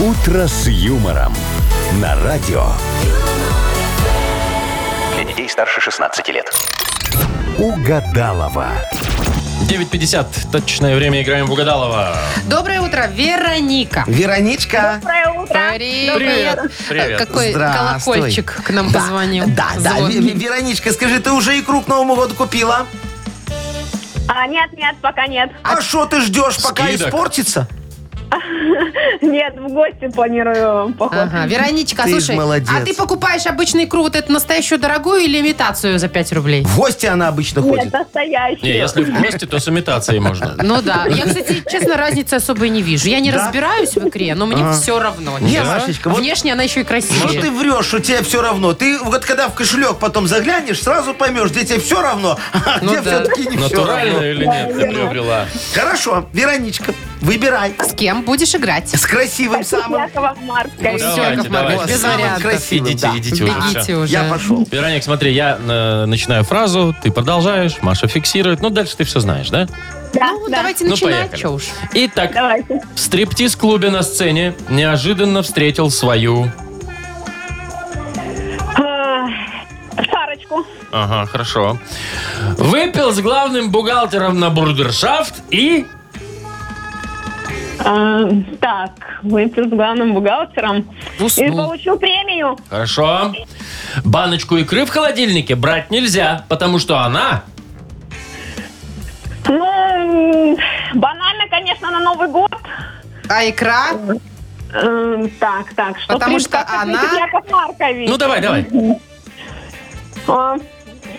S1: Утро с юмором на радио
S5: Для детей старше 16 лет.
S1: Угадалова.
S2: 9.50. Точное время играем в Угадалова.
S3: Доброе утро, Вероника.
S4: Вероничка.
S6: Доброе утро.
S2: Привет. Привет.
S3: Э, Какой
S4: Здравствуй.
S3: колокольчик к нам позвонил.
S4: Да, да.
S3: Звон.
S4: Ве- Ве- Вероничка, скажи, ты уже икру к Новому году купила?
S6: А, нет, нет, пока нет.
S4: А что ты ждешь, пока
S2: Скидок.
S4: испортится?
S6: Нет, в гости планирую поход.
S3: Ага, Вероничка,
S4: Ты ж
S3: слушай,
S4: молодец.
S3: а ты покупаешь обычную икру, вот эту настоящую дорогую или имитацию за 5 рублей?
S4: В гости она обычно
S6: Нет,
S4: ходит.
S6: настоящий.
S2: Не, если в гости, то с имитацией можно.
S3: Ну да. Я, кстати, честно, разницы особой не вижу. Я не
S4: Да?
S3: разбираюсь в икре, но мне все равно. честно.
S4: Машечка, вот-
S3: Внешне она еще и
S4: Что
S3: красивее.
S4: ты врешь, у тебя все равно. Ты вот когда в кошелек потом заглянешь, сразу поймешь, где тебе все равно, а
S3: Ну
S4: где
S3: да.
S4: все-таки не все
S2: Натурально
S4: равно.
S2: или нет ты приобрела?
S4: Хорошо, Вероничка, выбирай.
S3: С кем будешь играть?
S4: С красивым самым.
S6: Якова
S2: Ну,
S6: Маркович.
S3: Всё,
S2: Давайте,
S3: Яков
S2: давайте.
S3: Маркович, без
S4: Самым
S3: вариантов.
S4: красивым,
S2: Идите,
S4: да.
S2: идите уже.
S3: Бегите уже.
S4: Я пошел.
S2: Вероник, смотри, я э, начинаю фразу, ты продолжаешь, Маша фиксирует. Ну, дальше ты все знаешь, да?
S6: Да,
S3: Ну,
S6: да.
S3: давайте
S2: Ну,
S3: начинать.
S2: поехали.
S3: Чё уж.
S2: Итак,
S6: Давайте.
S2: в стриптиз-клубе на сцене неожиданно встретил свою...
S6: А, Шарочку.
S2: Ага, хорошо. Выпил с главным бухгалтером на бурдершафт и...
S6: А, так, выпил с главным бухгалтером. И
S2: уснул.
S6: получил премию.
S2: Хорошо. Баночку икры в холодильнике брать нельзя, потому что она...
S6: Ну, банально, конечно, на Новый год.
S3: А икра?
S6: Эм, Так, так, что
S3: Потому
S6: при-
S3: что
S6: как ответит
S3: она-
S6: Яков Маркович?
S2: Ну, давай, давай.
S6: А,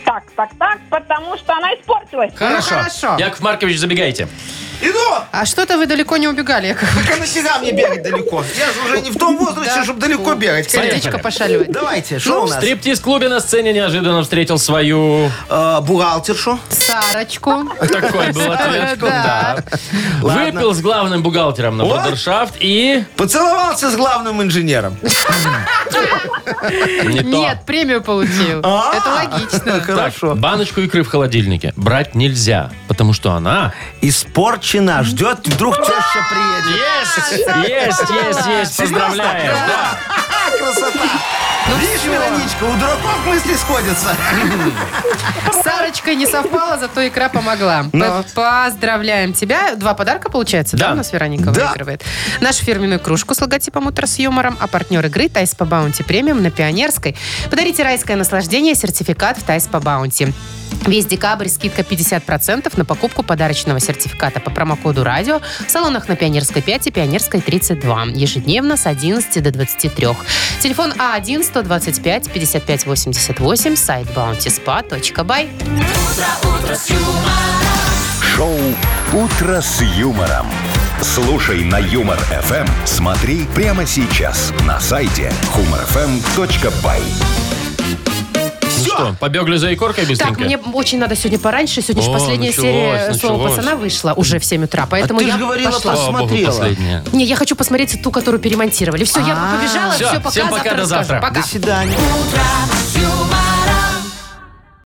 S6: Так, так, так, потому что она испортилась.
S2: Хорошо.
S3: хорошо.
S4: А.
S2: Яков Маркович, забегайте.
S4: Иду!
S3: А что-то вы далеко не убегали, Яков Маркович.
S4: Только нафига мне бегать далеко? Я же уже не в том возрасте,
S3: Да. Ну,
S4: чтобы далеко бегать.
S2: Поехали.
S3: Сердечко пошаливает.
S4: Давайте, что у
S2: В
S4: нас?
S2: стриптиз-клубе на сцене неожиданно встретил свою...
S4: Э, Бухгалтершу.
S3: Сарочку.
S2: Такой был ответ.
S3: Да.
S2: Да. Выпил с главным бухгалтером на
S4: О!
S2: бурдершафт и...
S4: Поцеловался с главным инженером.
S2: Не то.
S3: Нет, премию получил.
S4: А,
S3: Это логично.
S2: Так,
S4: Хорошо.
S2: баночку икры в холодильнике брать нельзя, потому что она...
S4: Испорчена, ждет, вдруг теща приедет.
S3: А,
S2: Есть! Есть, есть, есть. Поздравляем. Да. Ну
S4: А, красота! Видишь, Вероничка, у дураков мысли сходятся.
S3: С Сарочкой не совпало, зато икра помогла. П- Поздравляем тебя. Два подарка, получается, да,
S2: Да.
S3: у нас Вероника
S4: Да.
S3: выигрывает? Нашу фирменную кружку с логотипом «Утро с юмором», а партнер игры «Тайс по баунти премиум» на Пионерской. Подарите райское наслаждение, сертификат в «Тайс по баунти». Весь декабрь скидка 50% на покупку подарочного сертификата по промокоду «Радио» в салонах на Пионерской 5 и Пионерской 32. Ежедневно с 11 до 23. Телефон А А1-125-5588, сайт bountyspa.by.
S1: Шоу «Утро с юмором». Слушай на Юмор ФМ, смотри прямо сейчас на сайте humorfm.by.
S4: Все,
S2: Ну что, побегли за икоркой быстренько?
S3: Так, мне очень надо сегодня пораньше. Сегодня же
S2: О,
S3: последняя
S2: началось,
S3: серия «Слова
S2: началось».
S3: пацана» вышла уже в 7 утра,
S4: А
S3: поэтому
S4: ты
S3: я
S4: же говорила,
S3: пошла.
S2: Слава богу,
S4: посмотрела.
S2: последняя.
S3: Не, я хочу посмотреть ту, которую перемонтировали. Все, я побежала.
S2: А. Всё,
S3: Все, пока.
S2: всем пока,
S3: завтра
S2: до завтра.
S3: расскажу. Пока.
S4: До свидания.
S8: Утро